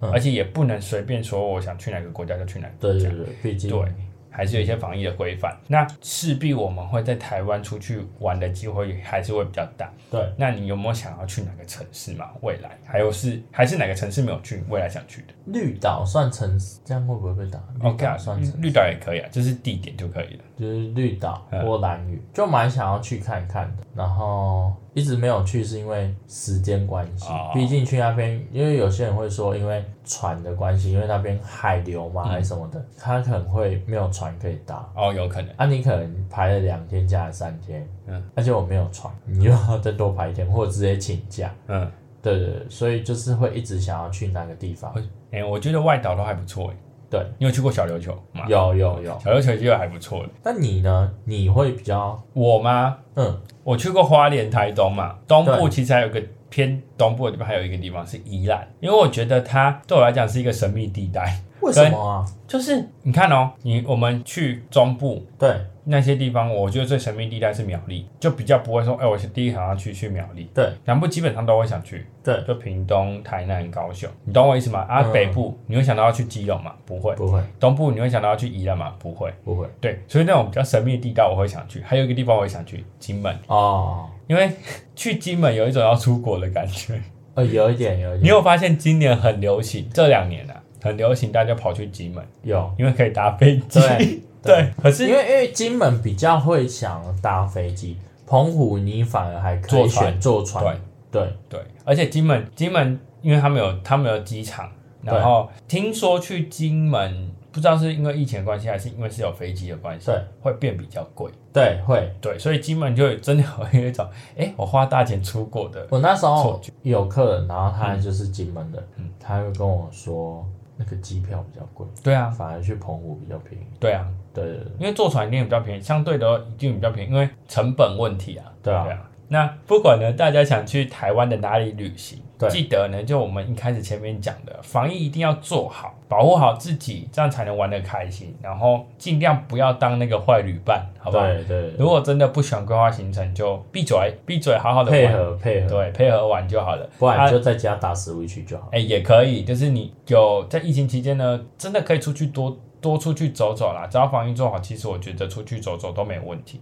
Speaker 2: 嗯
Speaker 1: 而且也不能随便说我想去哪个国家就去哪个国
Speaker 2: 对
Speaker 1: 家
Speaker 2: 对。对，毕竟
Speaker 1: 对，还是有一些防疫的规范。那势必我们会在台湾出去玩的机会还是会比较大。
Speaker 2: 对，
Speaker 1: 那你有没有想要去哪个城市嘛？未来还有是还是哪个城市没有去，未来想去的
Speaker 2: 绿岛算城市，这样会不会被打？绿
Speaker 1: ？OK
Speaker 2: 岛
Speaker 1: 啊
Speaker 2: 算，城市
Speaker 1: 嗯绿岛也可以啊，就是地点就可以了。
Speaker 2: 就是绿岛
Speaker 1: 嗯
Speaker 2: 或蓝屿，就蛮想要去看看的。然后一直没有去，是因为时间关系
Speaker 1: 哦。
Speaker 2: 毕竟去那边，因为有些人会说，因为船的关系，因为那边海流
Speaker 1: 嗯
Speaker 2: 嘛，还是什么的，他可能会没有船可以搭。
Speaker 1: 哦，有可能。
Speaker 2: 啊，你可能排了两天假，三天，
Speaker 1: 嗯，
Speaker 2: 而且我没有船，你又要再多排一天，或者直接请假。
Speaker 1: 嗯，
Speaker 2: 对对对，所以就是会一直想要去那个地方。
Speaker 1: 哎、我觉得外岛都还不错哎、
Speaker 2: 对，
Speaker 1: 你有去过小琉球吗？
Speaker 2: 有有有。
Speaker 1: 小琉球就还不错了。
Speaker 2: 那你呢？你会比较
Speaker 1: 我吗？
Speaker 2: 嗯，
Speaker 1: 我去过花莲、台东嘛，东部
Speaker 2: 对
Speaker 1: 其实还有个偏东部的地方，还有一个地方是宜兰，因为我觉得它对我来讲是一个神秘地带。 [laughs]
Speaker 2: 为什么啊？
Speaker 1: 就是你看哦，你我们去中部
Speaker 2: 对
Speaker 1: 那些地方，我觉得最神秘地带是苗栗，就比较不会说，哎、我是第一想要去去苗栗。
Speaker 2: 对
Speaker 1: 南部基本上都会想去，
Speaker 2: 对，
Speaker 1: 就屏东、台南、高雄，你懂我意思吗？啊，
Speaker 2: 嗯
Speaker 1: 北部你会想到要去基隆吗？不会。
Speaker 2: 不会
Speaker 1: 东部你会想到要去宜兰吗？不会。
Speaker 2: 不会。
Speaker 1: 对，所以那种比较神秘的地带我会想去。还有一个地方我会想去，金门，
Speaker 2: 哦，
Speaker 1: 因为去金门有一种要出国的感
Speaker 2: [laughs]
Speaker 1: 觉。
Speaker 2: 呃，有一点，有一
Speaker 1: 你
Speaker 2: 点，
Speaker 1: 有发现今年很流行，这两年啊很流行，大家跑去金门， [laughs]
Speaker 2: 有，
Speaker 1: 因为可以搭飞机。
Speaker 2: 对
Speaker 1: [laughs] 对，可是
Speaker 2: 因为因为金门比较会想搭飞机，澎湖你反而还可
Speaker 1: 坐
Speaker 2: 以
Speaker 1: 船
Speaker 2: 选坐船，对
Speaker 1: 对，而且金门金门，因为他们有他们有机场，然后听说去金门，不知道是因为疫情的关系，还是因为是有飞机的关系，
Speaker 2: 对，
Speaker 1: 会变比较贵。
Speaker 2: 对会。
Speaker 1: 对，所以金门就有真的有一种， [laughs] 哎，我花大钱出国的，
Speaker 2: 我那时
Speaker 1: 错
Speaker 2: 候有客人，然后他就是金门的，
Speaker 1: 嗯
Speaker 2: 他就跟我说那个机票比较贵，
Speaker 1: 对啊，
Speaker 2: 反而去澎湖比较便宜。
Speaker 1: 对啊，
Speaker 2: 对对对
Speaker 1: 因为坐船一定比较便宜，相对的一定比较便宜，因为成本问题啊。
Speaker 2: 对啊
Speaker 1: 对啊。那不管呢，大家想去台湾的哪里旅行，
Speaker 2: 对
Speaker 1: 记得呢，就我们一开始前面讲的，防疫一定要做好，保护好自己，这样才能玩得开心。然后尽量不要当那个坏旅伴，好不好？
Speaker 2: 对对对，
Speaker 1: 如果真的不喜欢规划行程，就闭嘴，啊闭嘴，好好的
Speaker 2: 配
Speaker 1: 玩，
Speaker 2: 合配合，
Speaker 1: 对，配合玩就好了。
Speaker 2: 不
Speaker 1: 啊
Speaker 2: 然就在家打 Switch 就好。
Speaker 1: 哎、也可以，就是你有在疫情期间呢，真的可以出去多多出去走走啦，只要防疫做好，其实我觉得出去走走都没有问题。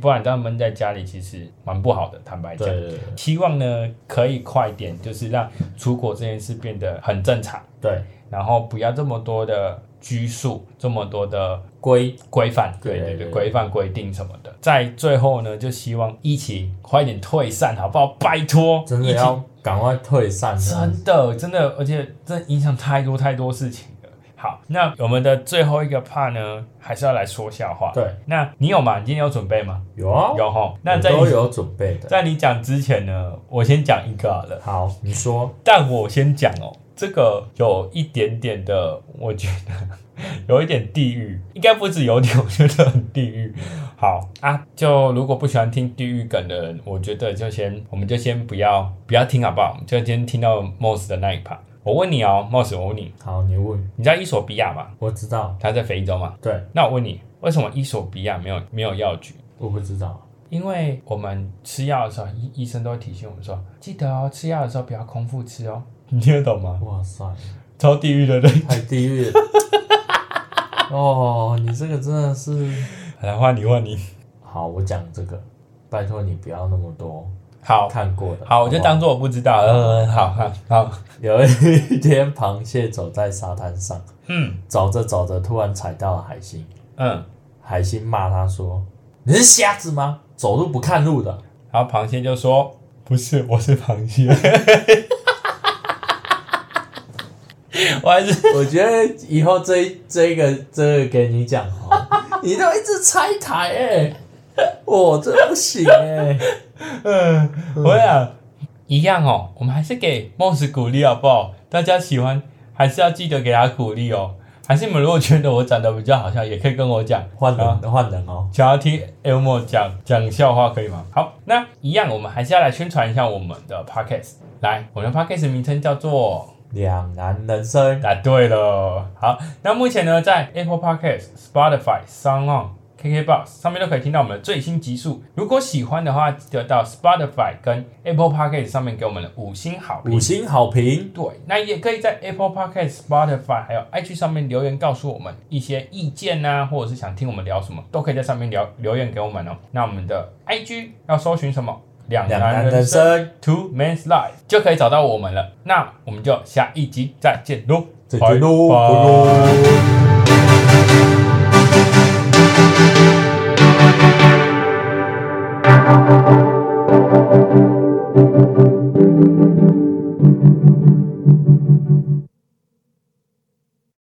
Speaker 1: 不然这样闷在家里，其实蛮不好的。坦白讲，
Speaker 2: 对
Speaker 1: 希望呢可以快点，就是让出国这件事变得很正常，
Speaker 2: 对
Speaker 1: 然后不要这么多的拘束，这么多的
Speaker 2: 龟
Speaker 1: 规范，
Speaker 2: 对
Speaker 1: 对
Speaker 2: 对
Speaker 1: 对，规范规定什么的。在最后呢，就希望疫情快点退散，好不好？拜托，
Speaker 2: 真的
Speaker 1: 疫情
Speaker 2: 要赶快退散了。
Speaker 1: 真的，真的，而且真的影响太多太多事情了。好，那我们的最后一个 part 呢，还是要来说笑话。
Speaker 2: 对，
Speaker 1: 那你有吗？你今天有准备吗？
Speaker 2: 有啊，
Speaker 1: 有吼。那
Speaker 2: 我
Speaker 1: 在
Speaker 2: 都
Speaker 1: 你
Speaker 2: 有准备的。
Speaker 1: 在你讲之前呢，我先讲一个好了。
Speaker 2: 好，你说
Speaker 1: 但我先讲哦，这个有一点点的，我觉得有一点地狱，应该不止有点，我觉得很地狱。好啊，就如果不喜欢听地狱梗的人，我觉得就先，我们就先不要不要听好不好？我们就先听到 Moss 的那一趴。我问你哦，Moss，我问你，
Speaker 2: 好，你问，
Speaker 1: 你知道伊索比亚吗？
Speaker 2: 我知道。
Speaker 1: 它在非洲吗？
Speaker 2: 对，
Speaker 1: 那我问你，为什么伊索比亚没有没有药局？
Speaker 2: 我不知道。
Speaker 1: 因为我们吃药的时候，医医生都会提醒我们说，记得哦，吃药的时候不要空腹吃哦。你听得懂吗？
Speaker 2: 哇塞，
Speaker 1: 超地狱的人。
Speaker 2: 太地狱
Speaker 1: [laughs]
Speaker 2: 了。哦，你这个真的是……
Speaker 1: 来换你换你。
Speaker 2: 好，我讲这个，拜托你不要那么多
Speaker 1: 好，
Speaker 2: 看过的。
Speaker 1: 好，我就
Speaker 2: 不好
Speaker 1: 当做我不知道。嗯，好好好，
Speaker 2: 有一天，螃蟹走在沙滩上，
Speaker 1: 嗯
Speaker 2: 走着走着，突然踩到了海星。
Speaker 1: 嗯。
Speaker 2: 海星骂他说：“你是瞎子吗？走路不看路的。
Speaker 1: 然后螃蟹就说：“不是，我是螃蟹。” [laughs] 我还是”
Speaker 2: [laughs] 我觉得以后这一这一个这个给你讲哦，你都一直拆台哎、
Speaker 1: [laughs]
Speaker 2: 我这不行哎、
Speaker 1: 嗯，我想一样哦。我们还是给梦石鼓励好不好？大家喜欢还是要记得给他鼓励哦。还是你们如果觉得我长得比较好笑，也可以跟我讲。
Speaker 2: 换
Speaker 1: 啊
Speaker 2: 人换人哦，
Speaker 1: 想要听 Elmo 讲讲笑话可以吗？好，那一样，我们还是要来宣传一下我们的 podcast。来，我们的 podcast 名称叫做……
Speaker 2: 两难人生，
Speaker 1: 答对了。好，那目前呢，在 Apple Podcast、Spotify、Sound On、KKBox 上面都可以听到我们的最新集数。如果喜欢的话，记得到 Spotify 跟 Apple Podcast 上面给我们的五星好评
Speaker 2: 五。星好评，
Speaker 1: 对，那也可以在 Apple Podcast、Spotify 还有 IG 上面留言告诉我们一些意见呐、或者是想听我们聊什么，都可以在上面聊留言给我们哦。那我们的 IG 要搜寻什么？两
Speaker 2: 两
Speaker 1: 男
Speaker 2: 难
Speaker 1: 人
Speaker 2: 人
Speaker 1: 生
Speaker 2: 生，
Speaker 1: Two Man's Life 就可以找到我们了。那我们就下一集再见喽，
Speaker 2: 再见喽，
Speaker 1: 拜拜
Speaker 2: 拜拜